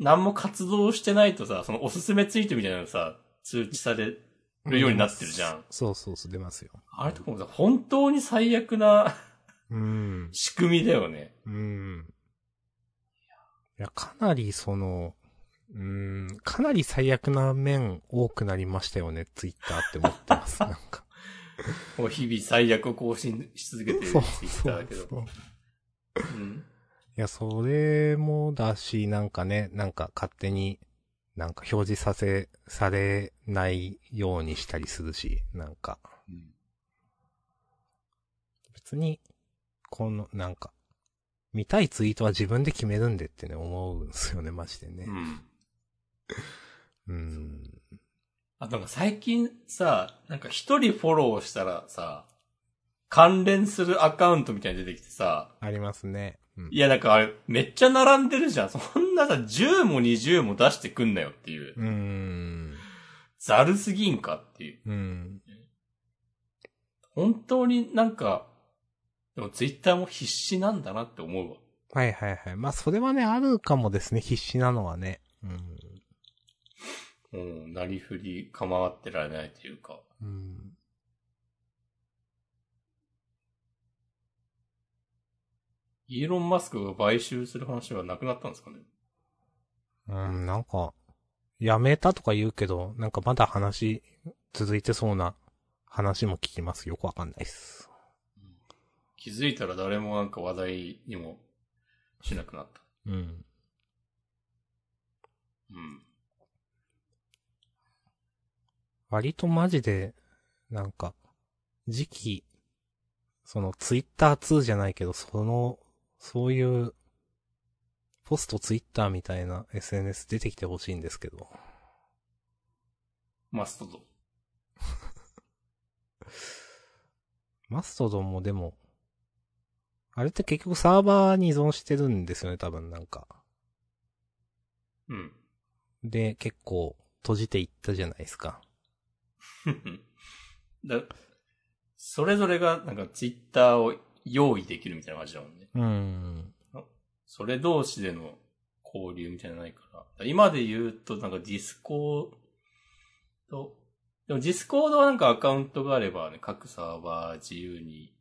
Speaker 2: 何も活動してないとさ、そのおすすめツイートみたいなのさ、通知されるようになってるじゃん。
Speaker 1: そうそうそう、出ますよ。
Speaker 2: あれとかもさ、本当に最悪な
Speaker 1: うん。
Speaker 2: 仕組みだよね。
Speaker 1: うん。いや、かなりその、うん、かなり最悪な面多くなりましたよね、ツイッターって思って ます、なんか。
Speaker 2: もう日々最悪を更新し続けてるツイ
Speaker 1: そう
Speaker 2: ッタ
Speaker 1: そ
Speaker 2: ーだ
Speaker 1: う
Speaker 2: けど。
Speaker 1: そう。
Speaker 2: うん
Speaker 1: いや、それもだし、なんかね、なんか勝手に、なんか表示させ、されないようにしたりするし、なんか、別に、この、なんか、見たいツイートは自分で決めるんでってね、思うんですよね、マジでね
Speaker 2: う。
Speaker 1: う
Speaker 2: ん。
Speaker 1: ん。
Speaker 2: あ、なんか最近さ、なんか一人フォローしたらさ、関連するアカウントみたいに出てきてさ、
Speaker 1: ありますね。うん
Speaker 2: いやなんかあれめっちゃ並んでるじゃん。そんなさ、10も20も出してくんなよっていう。
Speaker 1: うーん。
Speaker 2: ざるすぎんかっていう。
Speaker 1: うん。
Speaker 2: 本当になんか、でもツイッターも必死なんだなって思うわ。
Speaker 1: はいはいはい。まあ、それはね、あるかもですね、必死なのはね。うん。
Speaker 2: うん、なりふり構わってられないというか。
Speaker 1: うん。
Speaker 2: イーロン・マスクが買収する話はなくなったんですかね
Speaker 1: うん、なんか、やめたとか言うけど、なんかまだ話、続いてそうな話も聞きます。よくわかんないっす。
Speaker 2: 気づいたら誰もなんか話題にもしなくなった。
Speaker 1: うん。
Speaker 2: うん。
Speaker 1: 割とマジで、なんか、時期、そのツイッター2じゃないけど、その、そういう、ポストツイッターみたいな SNS 出てきてほしいんですけど。
Speaker 2: マストと。
Speaker 1: マストドンもでも、あれって結局サーバーに依存してるんですよね、多分なんか。
Speaker 2: うん。
Speaker 1: で、結構閉じていったじゃないですか。
Speaker 2: だそれぞれがなんかツイッターを用意できるみたいな感じだもんね。
Speaker 1: うん。
Speaker 2: それ同士での交流みたいなのないから。今で言うとなんかディスコード、でもディスコードはなんかアカウントがあればね、各サーバー自由に、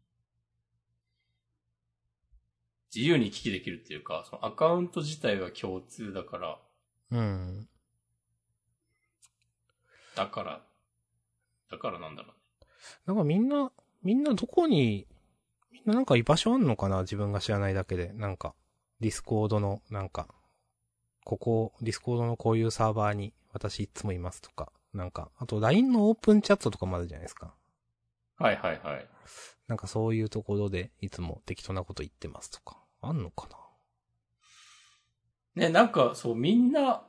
Speaker 2: 自由に聞きできるっていうか、そのアカウント自体は共通だから、
Speaker 1: うん。
Speaker 2: だから、だからなんだろ
Speaker 1: なんかみんな、みんなどこに、みんななんか居場所あんのかな自分が知らないだけで。なんか、ディスコードの、なんか、ここ、ディスコードのこういうサーバーに私いつもいますとか。なんか、あと LINE のオープンチャットとかもあるじゃないですか。
Speaker 2: う。はいはいはい。
Speaker 1: なんかそういうところでいつも適当なこと言ってますとか。あんのかな
Speaker 2: ね、なんか、そう、みんな、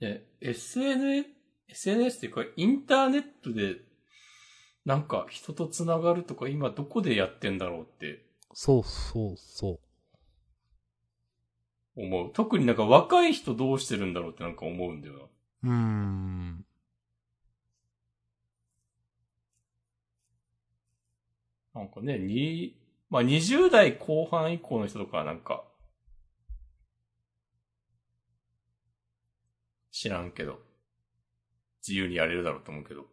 Speaker 2: ね、SNS、SNS っていうか、インターネットで、なんか、人とつながるとか、今どこでやってんだろうって
Speaker 1: そうそうそう。
Speaker 2: 思う。特になんか若い人どうしてるんだろうってなんか思うんだよな。
Speaker 1: うーん。
Speaker 2: なんかね、に、まあ、20代後半以降の人とかはなんか、知らんけど、自由にやれるだろうと思うけど。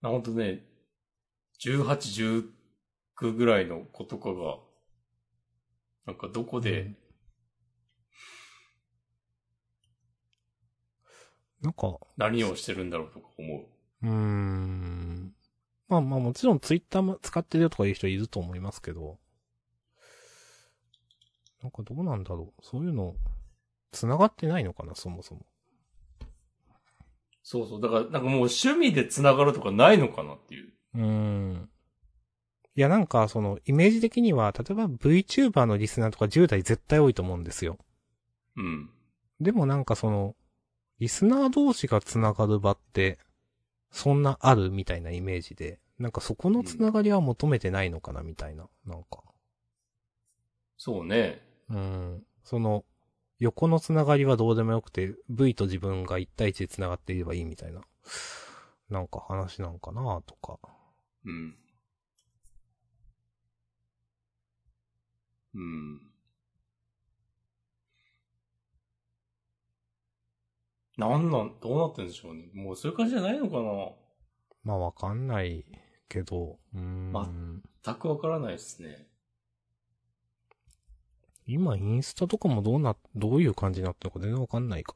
Speaker 2: な、ほんとね、18、19ぐらいの子とかが、なんかどこで、
Speaker 1: なんか、
Speaker 2: 何をしてるんだろうとか思う。
Speaker 1: うーん。まあまあもちろんツイッターも使ってるよとかいう人いると思いますけど、なんかどうなんだろう。そういうの、繋がってないのかな、そもそも。
Speaker 2: そうそう。だから、なんかもう趣味で繋がるとかないのかなっていう。
Speaker 1: うーん。いやなんかそのイメージ的には、例えば VTuber のリスナーとか10代絶対多いと思うんですよ。
Speaker 2: うん。
Speaker 1: でもなんかその、リスナー同士が繋がる場って、そんなあるみたいなイメージで、なんかそこの繋がりは求めてないのかなみたいな、なんか。
Speaker 2: そうね。
Speaker 1: うん。その、横の繋がりはどうでもよくて、V と自分が1対1で繋がっていればいいみたいな、なんか話なんかなとか。
Speaker 2: うん。うん。なんなん、どうなってんでしょうね。もうそういう感じじゃないのか
Speaker 1: まあわかんないけど、うーん。
Speaker 2: まな全くわからないですね。
Speaker 1: 今インスタとかもどうな、どういう感じになってるのか全然わかんないか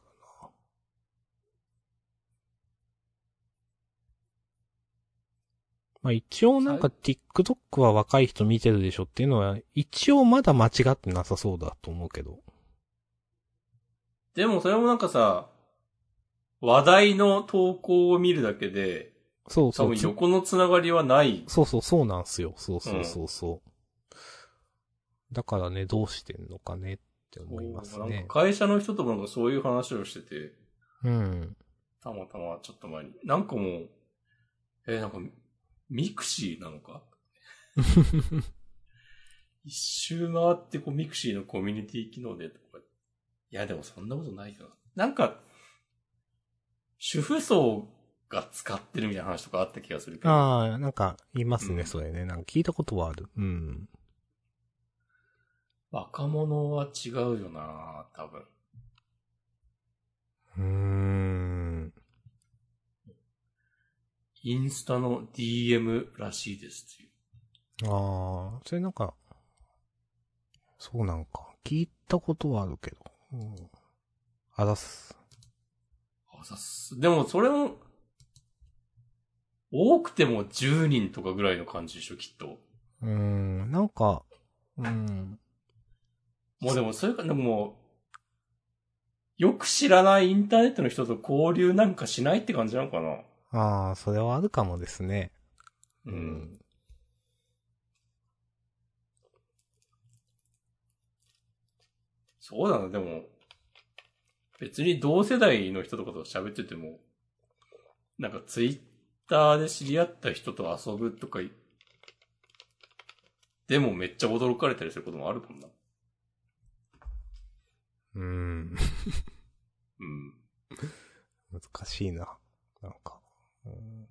Speaker 1: まあ一応なんか TikTok は若い人見てるでしょっていうのは、一応まだ間違ってなさそうだと思うけど。
Speaker 2: でもそれもなんかさ、話題の投稿を見るだけで、
Speaker 1: そう
Speaker 2: 多
Speaker 1: そう。
Speaker 2: 分
Speaker 1: つ
Speaker 2: 横のつながりはない。
Speaker 1: そうそう、そうなんすよ。そうそうそうそう。だからね、どうしてんのかねって思います
Speaker 2: なん
Speaker 1: ね。
Speaker 2: か会社の人ともなんかそういう話をしてて、
Speaker 1: うん。
Speaker 2: たまたまちょっと前に。なんかもう、えーなんか、ミクシーな のか一周回ってこうミクシーのコミュニティ機能でとか。いやでもそんなことないよな。なんか、主婦層が使ってるみたいな話とかあった気がするけど。
Speaker 1: ああ、なんか、いますね、
Speaker 2: うん
Speaker 1: それね。なんか聞いたことはある。うん。
Speaker 2: 若者は違うよな多分。
Speaker 1: うーん。
Speaker 2: インスタの DM らしいですっていう。
Speaker 1: ああ、それなんか、そうなんか、聞いたことはあるけど。うん、あざす。
Speaker 2: あざっす。でもそれも、多くても10人とかぐらいの感じでしょ、きっと。
Speaker 1: うーん、なんか、うん。
Speaker 2: もうでもそれか、でももう、よく知らないインターネットの人と交流なんかしないって感じなのかな。
Speaker 1: ああ、それはあるかもですね。
Speaker 2: う。
Speaker 1: うんん。
Speaker 2: そうだな、でも、別に同世代の人とかと喋ってても、なんかツイッターで知り合った人と遊ぶとかい、でもめっちゃ驚かれたりすることもあるもんな。
Speaker 1: うん。
Speaker 2: うん。
Speaker 1: 難しいな。なんか。うん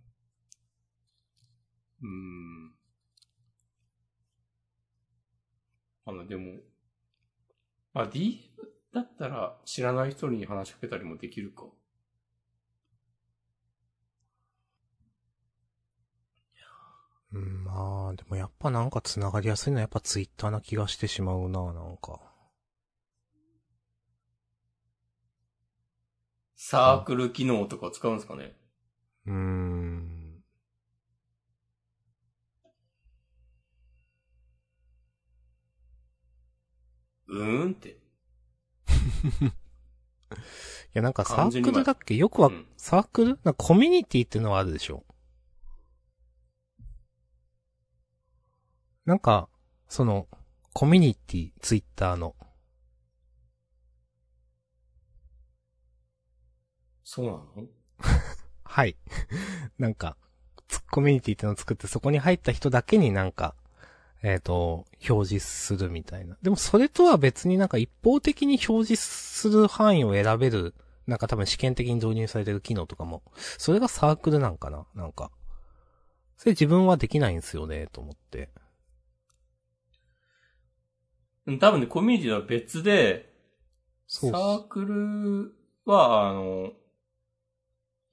Speaker 2: うーん。あの、でも、まあ、DM だったら知らない人に話しかけたりもできるか。
Speaker 1: うん、まあ、でもやっぱなんか繋がりやすいのはやっぱツイッターな気がしてしまうな、なんか。
Speaker 2: サークル機能とかを使うんですかね。
Speaker 1: うーん。
Speaker 2: うーんって。
Speaker 1: いや、なんかサ
Speaker 2: 完全
Speaker 1: ー
Speaker 2: に
Speaker 1: ク
Speaker 2: 前
Speaker 1: ルだっけよくわ、
Speaker 2: うん
Speaker 1: サークルなんかコミュニティっていうのはあるでしょなんか、その、コミュニティ、ツイッターの。
Speaker 2: そうなの
Speaker 1: はい。 なんか、つコミュニティってのを作って、そこに入った人だけになんか、えっ、と、表示するみたいな。でもそれとは別になんか一方的に表示する範囲を選べる、なんか多分試験的に導入されてる機能とかも、それがサークルなんかななんか。それ自分はできないんですよね、と思って。
Speaker 2: うん多分ね、コミュニティは別で、サ
Speaker 1: そう
Speaker 2: ークルは、あの、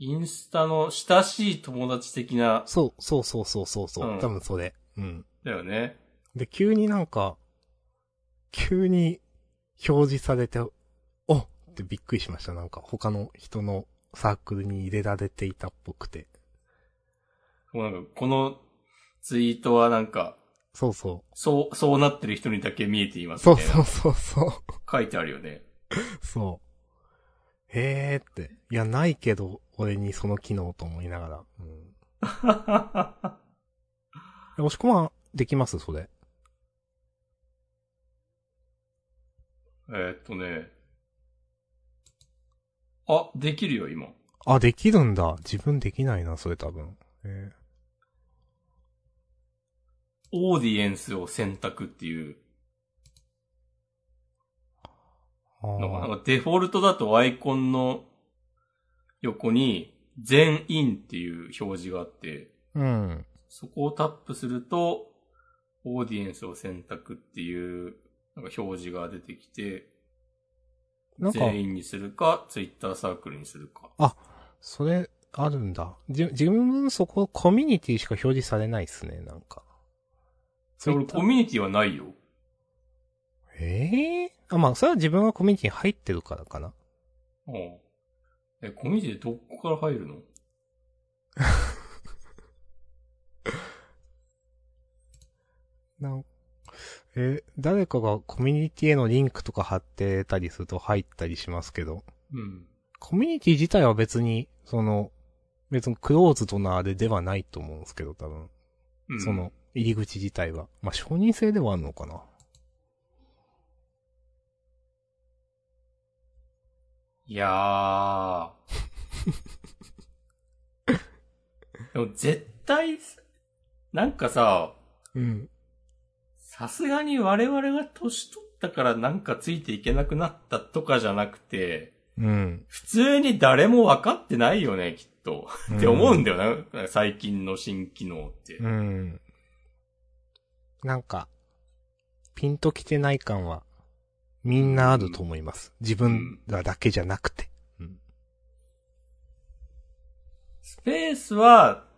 Speaker 2: インスタの親しい友達的な、
Speaker 1: そう、そうそうそうそうそう、
Speaker 2: うん
Speaker 1: 多分それ。うん。
Speaker 2: だよね。
Speaker 1: で、急になんか、急に表示されて、おってびっくりしました。なんか他の人のサークルに入れられていたっぽくて。
Speaker 2: もうなんか、このツイートはなんか、
Speaker 1: そうそ
Speaker 2: そう、そうなってる人にだけ見えていま
Speaker 1: う。
Speaker 2: す
Speaker 1: そう
Speaker 2: みたいな
Speaker 1: そうそうそう。
Speaker 2: 書いてあるよね。
Speaker 1: そう。へーって。いや、ないけど、俺にその機能と思いながら。うん。押し込まん、できますそれ。
Speaker 2: えーっとね。あ、できるよ、今。
Speaker 1: あ、できるんだ。自分できないな、それ多分。え
Speaker 2: オーディエンスを選択っていう
Speaker 1: ー、
Speaker 2: のが、
Speaker 1: あ
Speaker 2: な
Speaker 1: ー
Speaker 2: んかデフォルトだとアイコンの横に全員っていう表示があって、
Speaker 1: うん。
Speaker 2: そこをタップすると、オーディエンスを選択っていう、なんか表示が出てきて、
Speaker 1: なんか、
Speaker 2: 全員にするか、ツイッターサークルにするか。
Speaker 1: それ、あるんだ。じ、自分そこ、コミュニティしか表示されないっすね、なんか。
Speaker 2: それ俺コミュニティはないよ。
Speaker 1: ええあ、まあ、それは自分がコミュニティに入ってるからかな。
Speaker 2: うん。え、コミュニティどこから入るの
Speaker 1: なんえ、誰かがコミュニティへのリンクとか貼ってたりすると入ったりしますけど、
Speaker 2: うん。
Speaker 1: コミュニティ自体は別に、その、別にクローズドなあれではないと思うんですけど、多分。
Speaker 2: うん、
Speaker 1: その、入り口自体は。まあ、承認制ではあるのかな。
Speaker 2: いやー。 でも絶対、なんかさ、
Speaker 1: うん。
Speaker 2: さすがに我々が年取ったからなんかついていけなくなったとかじゃなくて、
Speaker 1: うん。
Speaker 2: 普通に誰も分かってないよね、きっと。って思うんだよな、最近の新機能って。
Speaker 1: うん。なんか、ピンときてない感は、みんなあると思います。自分らだけじゃなくて。
Speaker 2: スペースは、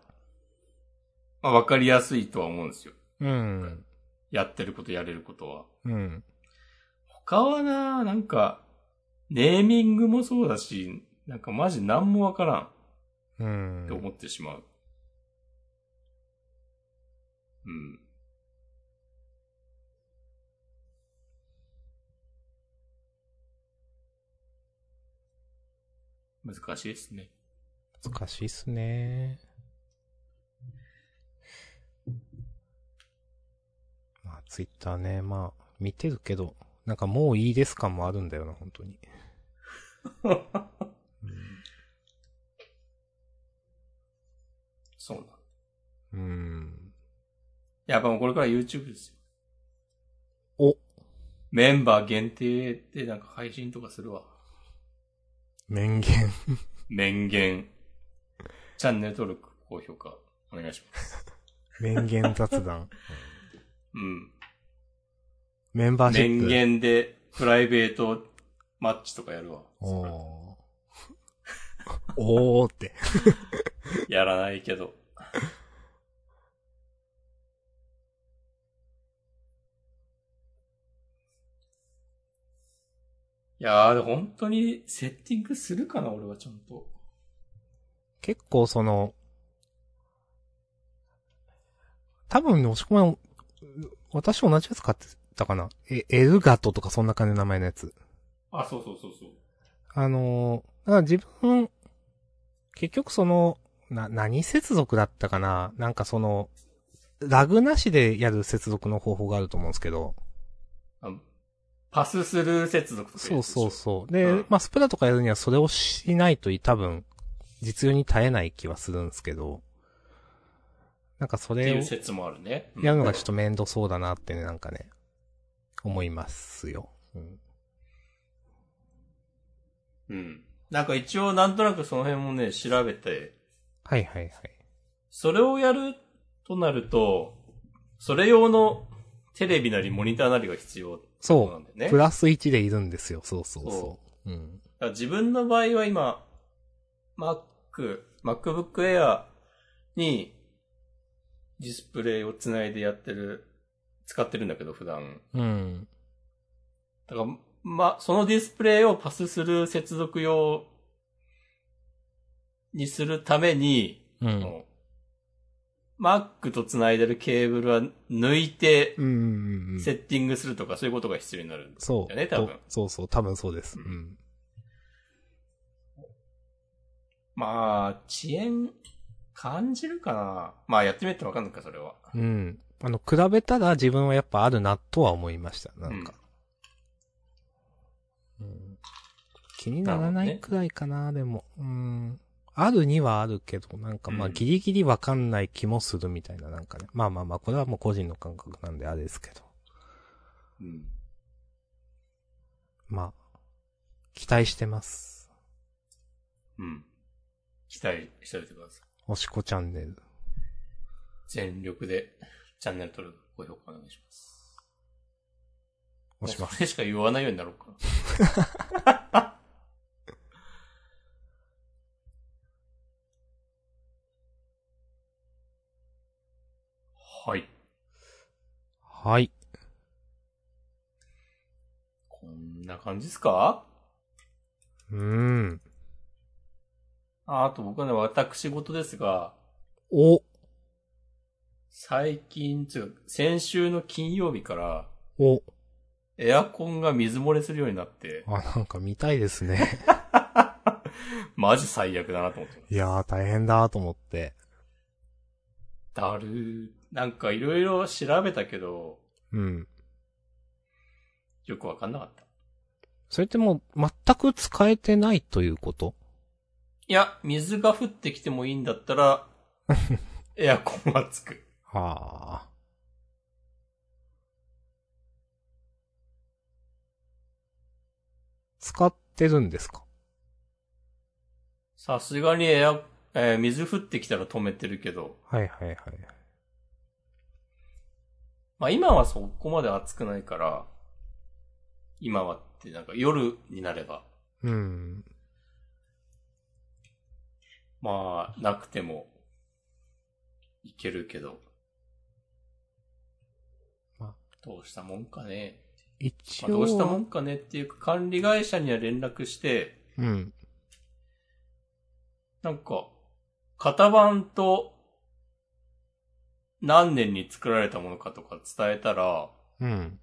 Speaker 2: まあ分かりやすいとは思うんですよ。
Speaker 1: うん。
Speaker 2: やってることやれることは。
Speaker 1: うん。
Speaker 2: 他はな、なんか、ネーミングもそうだし、なんかマジ何もわから
Speaker 1: う
Speaker 2: んって
Speaker 1: ん。
Speaker 2: 思ってしまう。うん。難しいです ね。
Speaker 1: 難しいっすね。まあ、ツイッターね、まあ、見てるけど、なんかもういいです感もあるんだよな、本当に。
Speaker 2: そうな
Speaker 1: う
Speaker 2: ん。
Speaker 1: ん。
Speaker 2: やっぱもうこれから YouTube ですよ。
Speaker 1: お
Speaker 2: メンバー限定でなんか配信とかするわ。
Speaker 1: 面言。
Speaker 2: 面言。チャンネル登録、高評価、お願いします。
Speaker 1: 面言雑 談。
Speaker 2: うん。
Speaker 1: メンバーシップ。
Speaker 2: 面言で、プライベートマッチとかやるわ。
Speaker 1: おー。 おーって。
Speaker 2: やらないけど。いやー、でも本当にセッティングするかな、俺はちゃんと。
Speaker 1: 結構その、多分ね、押し込まん、私同じやつ買ってたかなえ、エルガトとかそんな感じの名前のやつ。
Speaker 2: あ、そうそうそうそう。
Speaker 1: あのー、だから自分、結局その、な、何接続だったかななんかその、ラグなしでやる接続の方法があると思うんですけど、
Speaker 2: あパススルー接続とかい
Speaker 1: そ
Speaker 2: や
Speaker 1: う
Speaker 2: つでしょ
Speaker 1: そうそう。で、
Speaker 2: うん
Speaker 1: まあ、スプラとかやるにはそれをしないと多分、実用に耐えない気はするんですけど、なんかそ
Speaker 2: って
Speaker 1: れ
Speaker 2: い
Speaker 1: を
Speaker 2: う、説もあるね。うん
Speaker 1: やるのがちょっと面倒そうだなってね、なんかね、思いますよ。うん。
Speaker 2: うん。なんか一応なんとなくその辺もね、調べて、
Speaker 1: はいはいはい。
Speaker 2: それをやるとなると、それ用のテレビなりモニターなりが必要
Speaker 1: そう
Speaker 2: なんだよね。
Speaker 1: プ
Speaker 2: だか
Speaker 1: ラス1でいるんですよ。そうそうそ。
Speaker 2: そう
Speaker 1: うん。
Speaker 2: ら自分の場合は今、Mac、MacBook Air にディスプレイをつないでやってる、使ってるんだけど普段。
Speaker 1: うん。
Speaker 2: だから、ま、そのディスプレイをパスする接続用にするために、
Speaker 1: うん。
Speaker 2: Mac と繋いでるケーブルは抜いて
Speaker 1: う、んうんうん。
Speaker 2: セッティングするとか、そういうことが必要になるんです
Speaker 1: そ
Speaker 2: よ
Speaker 1: う。
Speaker 2: ね、多分
Speaker 1: と。そうそう、多分そうです。う
Speaker 2: うん
Speaker 1: ん。
Speaker 2: まあ、遅延、感じるかなまあ、やってみてわかんないか、それは。
Speaker 1: うん。あの、比べたら自分はやっぱあるなとは思いました。なんか。うん気になら
Speaker 2: なるほ
Speaker 1: な
Speaker 2: ど
Speaker 1: い
Speaker 2: ね
Speaker 1: くらいかな、でも。うん。あるにはあるけど、なんかまあ
Speaker 2: うん
Speaker 1: ギリギリわかんない気もするみたいな、なんかね。まあまあまあ、これはもう個人の感覚なんであれですけど。
Speaker 2: うん。
Speaker 1: まあ、期待してます。
Speaker 2: うん。期待しておいてください。
Speaker 1: おしこチャンネル。
Speaker 2: 全力でチャンネル登録、ご評価お願いします。
Speaker 1: 押します。
Speaker 2: す。それしか言わないようになろうかな。 はい。
Speaker 1: はい。
Speaker 2: こんな感じですか
Speaker 1: うーん。
Speaker 2: ああと僕はね、私事ですが、
Speaker 1: お、
Speaker 2: 最近、つうか先週の金曜日から、
Speaker 1: お。
Speaker 2: エアコンが水漏れするようになって、
Speaker 1: あ、なんか見たいですね。
Speaker 2: マジ最悪だなと思ってます
Speaker 1: いやー大変だと思って。
Speaker 2: だるー。なんかいろいろ調べたけど、
Speaker 1: うん。
Speaker 2: よくわかんなかった。
Speaker 1: それってもう全く使えてないということ
Speaker 2: いや、水が降ってきてもいいんだったら、エアコンはつく。
Speaker 1: はあ。使ってるんですか
Speaker 2: さすがにエア、えー水降ってきたら止めてるけど、
Speaker 1: はいはいはい。
Speaker 2: まあ今はそこまで暑くないから、今はってなんか夜になれば、
Speaker 1: うん。
Speaker 2: まあなくてもいけるけど、
Speaker 1: ま
Speaker 2: どうしたもんかね。
Speaker 1: 一
Speaker 2: ま
Speaker 1: 応
Speaker 2: あ、。どうしたもんかねっていうか管理会社には連絡して、
Speaker 1: うん。
Speaker 2: なんか、型番と何年に作られたものかとか伝えたら、
Speaker 1: うん。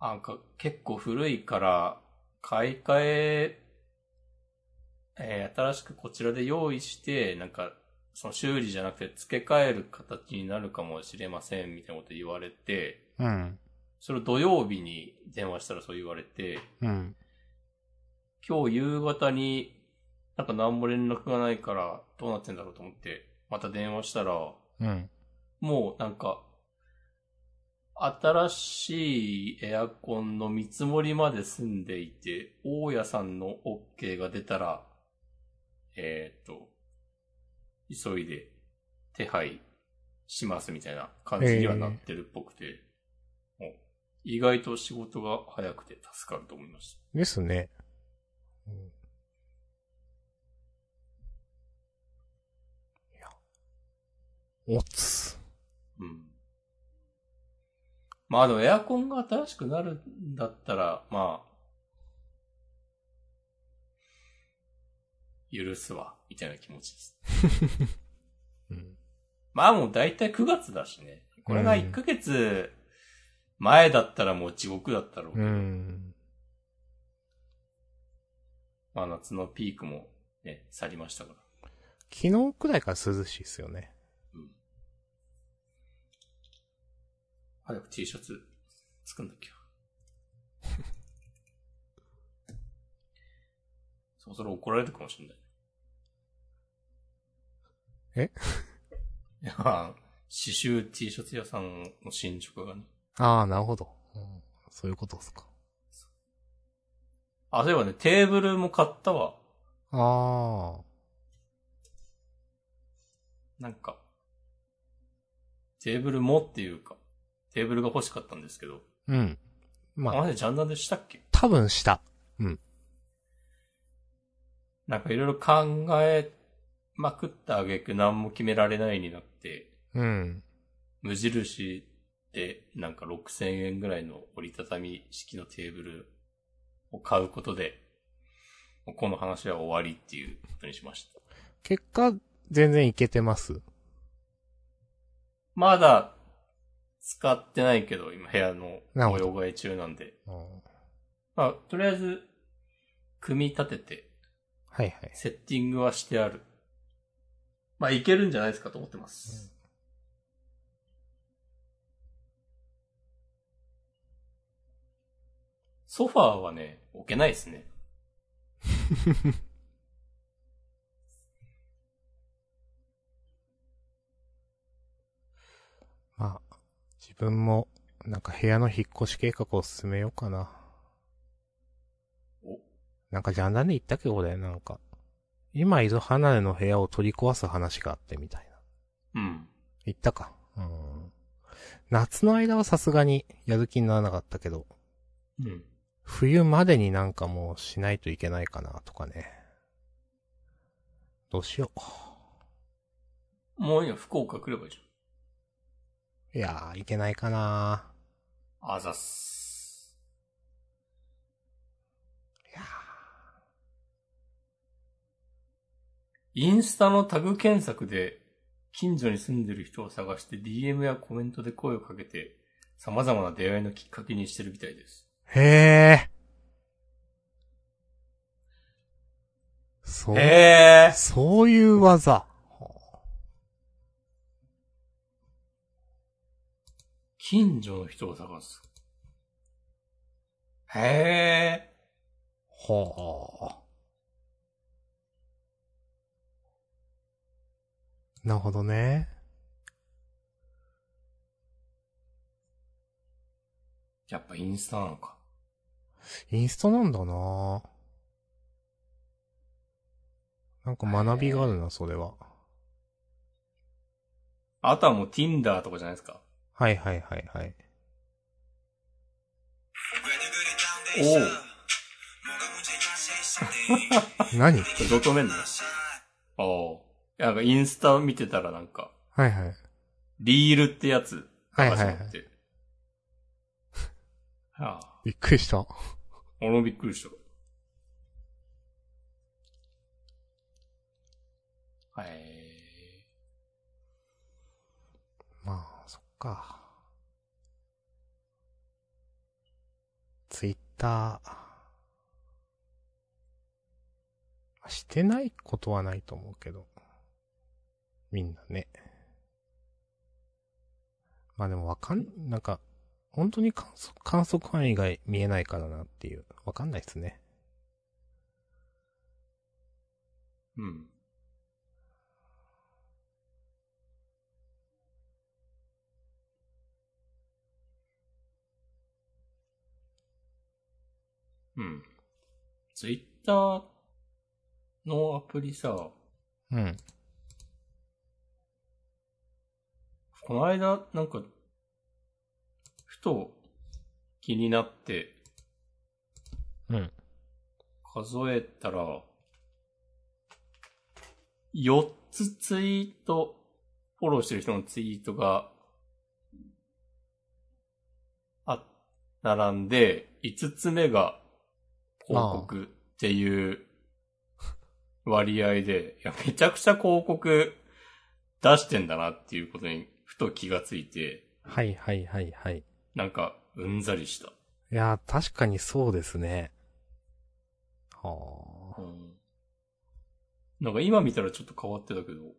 Speaker 2: なんか結構古いから買い替え、えー新しくこちらで用意して、なんか、その修理じゃなくて付け替える形になるかもしれませんみたいなこと言われて、
Speaker 1: うん。
Speaker 2: それを土曜日に電話したらそう言われて、
Speaker 1: うん。
Speaker 2: 今日夕方になんか何も連絡がないからどうなってんだろうと思って、また電話したら、
Speaker 1: うん。
Speaker 2: もうなんか、新しいエアコンの見積もりまで済んでいて、大家さんの OK が出たら、えーっと、急いで手配しますみたいな感じにはなってるっぽくて、もう意外と仕事が早くて助かると思いました。
Speaker 1: ですね。うんいや。おつ。
Speaker 2: うん。まあでもエアコンが新しくなるんだったら、まあ、許すわ、みたいな気持ちです。
Speaker 1: うん。
Speaker 2: まあもう大体9月だしね。これが
Speaker 1: うん
Speaker 2: 1ヶ月前だったらもう地獄だったろうけ
Speaker 1: う
Speaker 2: ど、
Speaker 1: ん。
Speaker 2: まあ夏のピークもね、去りましたから。
Speaker 1: 昨日くらいから涼しいですよね。
Speaker 2: 早く T シャツ作んな きゃ。そろそろ怒られるかもしれない。
Speaker 1: え
Speaker 2: いや、刺繍 T シャツ屋さんの新宿がね。
Speaker 1: ああ、なるほど。うん、そういうことですか。
Speaker 2: あ、そういえばね、テーブルも買ったわ。
Speaker 1: ああ。
Speaker 2: なんか、テーブルもっていうか、テーブルが欲しかったんですけど、
Speaker 1: うん。ま
Speaker 2: あ
Speaker 1: あ、
Speaker 2: までジャンダンでしたっけ
Speaker 1: 多分した。
Speaker 2: なんかいろいろ考えまくった挙句何も決められないになって、
Speaker 1: うん。
Speaker 2: 無印でなんか6000円ぐらいの折りたたみ式のテーブルを買うことで、もうこの話は終わりっていうことにしました。
Speaker 1: 結果、全然いけてます。
Speaker 2: まだ使ってないけど、今部屋の
Speaker 1: なるほ
Speaker 2: 模
Speaker 1: ど
Speaker 2: 様替え中なんで。
Speaker 1: うん
Speaker 2: まあ、とりあえず、組み立てて、
Speaker 1: はいはい。
Speaker 2: セッティングはしてある。まあ、いけるんじゃないですかと思ってます。ソファーはね、置けないですね。
Speaker 1: まあ、自分も、なんか部屋の引っ越し計画を進めようかな。
Speaker 2: お、
Speaker 1: なんかジャンダンで言ったっけどだよ、なんか。今いる離れの部屋を取り壊す話があってみたいな。
Speaker 2: うん。
Speaker 1: 言ったか。うん。夏の間はさすがにやる気にならなかったけど、
Speaker 2: うん。
Speaker 1: 冬までになんかもうしないといけないかなとかね。どうしよ
Speaker 2: もういいよ、福岡来ればいいじ
Speaker 1: う。いやー、いけないかな
Speaker 2: ゃん。あざっす。
Speaker 1: いや
Speaker 2: インスタのタグ検索で、近所に住んでる人を探して DM やコメントで声をかけて、様々な出会いのきっかけにしてるみたいです。
Speaker 1: ー。へー。そう。
Speaker 2: へえ。
Speaker 1: そういう技。
Speaker 2: 近所の人を探す。へえ。
Speaker 1: ほう。なるほどね。
Speaker 2: やっぱインスタなのか。
Speaker 1: インスタなんだななんか学びがあるな、それは。
Speaker 2: あとはもう Tinder とかじゃないですか。
Speaker 1: はいはいはいはい。
Speaker 2: おう。
Speaker 1: 何
Speaker 2: どう止めんのああ。なんかインスタ見てたらなんか、
Speaker 1: はいはい。
Speaker 2: リールってやつ。
Speaker 1: はいはいはい
Speaker 2: 流しちゃって。 はあ。
Speaker 1: びっくりした。
Speaker 2: 俺もびっくりした。はい。
Speaker 1: まあ、そっか。ツイッター。してないことはないと思うけど。みんなね。まあでもわかん、なんか、本当に観測、観測範囲が見えないからなっていう。わかんないっすね。
Speaker 2: うん。うん。ツイッターのアプリさ、
Speaker 1: うん。
Speaker 2: この間、なんか、ふと気になって、
Speaker 1: うん。
Speaker 2: 数えたら、4つツイート、フォローしてる人のツイートが、あ、並んで、5つ目が広告っていう割 合で、いや、めちゃくちゃ広告出してんだなっていうことにふと気がついて、
Speaker 1: はいはいはいはい。
Speaker 2: なんか、うんざりした。
Speaker 1: いやー、確かにそうですね。はあ。
Speaker 2: うんなんか今見たらちょっと変わってたけど。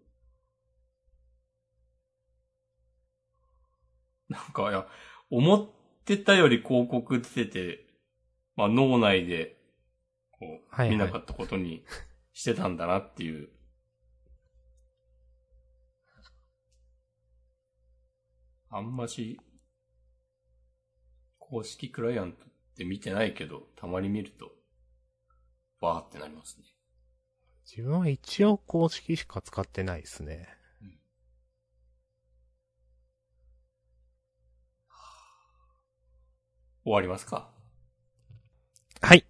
Speaker 2: なんか、いや、思ってたより広告出てて、まあ脳内で、こ
Speaker 1: は
Speaker 2: う、
Speaker 1: いは
Speaker 2: 見
Speaker 1: い
Speaker 2: なかったことにしてたんだなっていう。あんまし、公式クライアントって見てないけど、たまに見ると、バーってなりますね。
Speaker 1: 自分は一応公式しか使ってないですね。
Speaker 2: 終わりますか
Speaker 1: はい。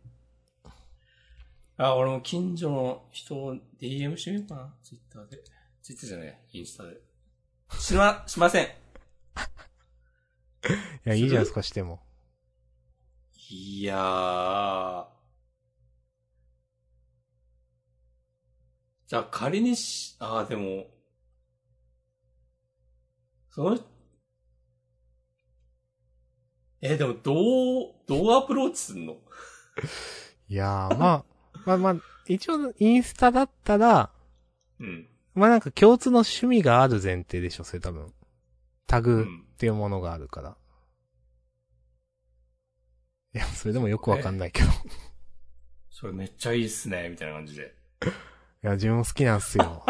Speaker 2: あ、俺も近所の人を DM してみようかな。ツイッターで。ツイッターじゃない、インスタで。しま、しません。
Speaker 1: いや、いいじゃないですか、しても。
Speaker 2: いやー。じゃあ仮にし、あーでも、その、えーでもどう、どうアプローチすんの
Speaker 1: いやー、まあ、 まあまあ、一応インスタだったら、
Speaker 2: うん。
Speaker 1: まあなんか共通の趣味がある前提でしょ、それ多分。タ
Speaker 2: う
Speaker 1: グ
Speaker 2: ん
Speaker 1: っ。ていうものがあるから。いや、それでもよくわかんない けど。い
Speaker 2: それめっちゃいいっすね、みたいな感じで。
Speaker 1: や、自分も好きなんすよ。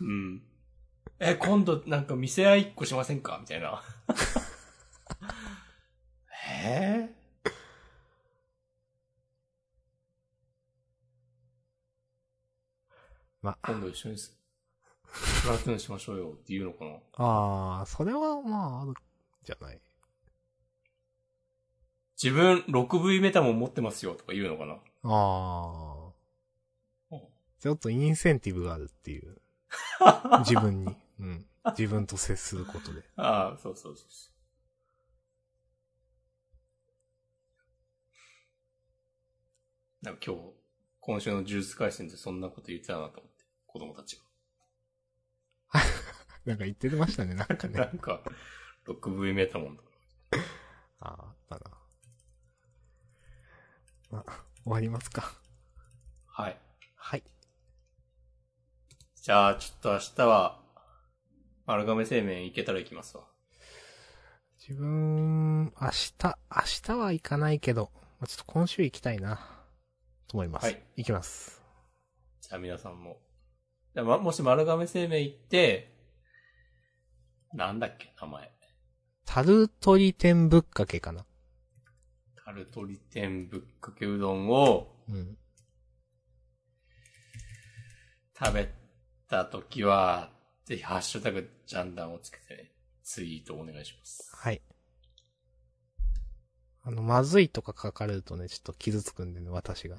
Speaker 2: うん。え、今度なんか見せ合いっこしませんかみたいな。えー
Speaker 1: まあ、
Speaker 2: 今度一緒にす、 プラトゥーンしましょうよって言うのかな
Speaker 1: あー、それはまあ、ある、じゃない。
Speaker 2: 自分 6V メタモン持ってますよとか言うのかな
Speaker 1: あ
Speaker 2: う
Speaker 1: ー
Speaker 2: ん。
Speaker 1: ちょっとインセンティブがあるって いう。自分に。うん。自分と接することで。
Speaker 2: ああ、そうそうそうそう。なんか今日、今週の呪術回戦でそんなこと言ってたなと思って、子供たち
Speaker 1: なんか言ってましたね、なんか
Speaker 2: が。な
Speaker 1: ね。
Speaker 2: んか、6V メタモンとか。
Speaker 1: あー、あったな。まあ、終わりますか。
Speaker 2: はい。
Speaker 1: はい。
Speaker 2: じゃあ、ちょっと明日は、丸亀製麺行けたら行きますわ。
Speaker 1: 自分、明日、明日は行かないけど、まあちょっと今週行きたいな、と思います。
Speaker 2: はい
Speaker 1: 行きます。
Speaker 2: じゃあ皆さんも。じゃあま、もし丸亀製麺行って、なんだっけ、名前。
Speaker 1: タルトリ天ぶっかけかな。
Speaker 2: タルトリ天ぶっかけうどんを、
Speaker 1: うん。
Speaker 2: 食べた時は、ぜひハッシュタグジャンダンをつけてね、ツイートお願いします。
Speaker 1: はい。あの、まずいとか書かれるとね、ちょっと傷つくんでね、私 が。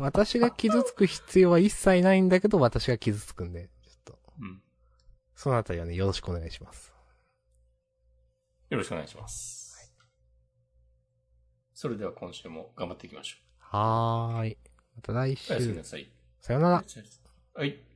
Speaker 1: 私が傷つく必要は一切ないんだけど、私が傷つくんで、ちょっと、
Speaker 2: うん。
Speaker 1: そのあたりはね、よろしくお願いします。
Speaker 2: よろしくお願いします。それでは今週も頑張っていきましょ
Speaker 1: はーい。また来
Speaker 2: う。おやすみ
Speaker 1: 週
Speaker 2: な。さい。
Speaker 1: さよなら。
Speaker 2: はい。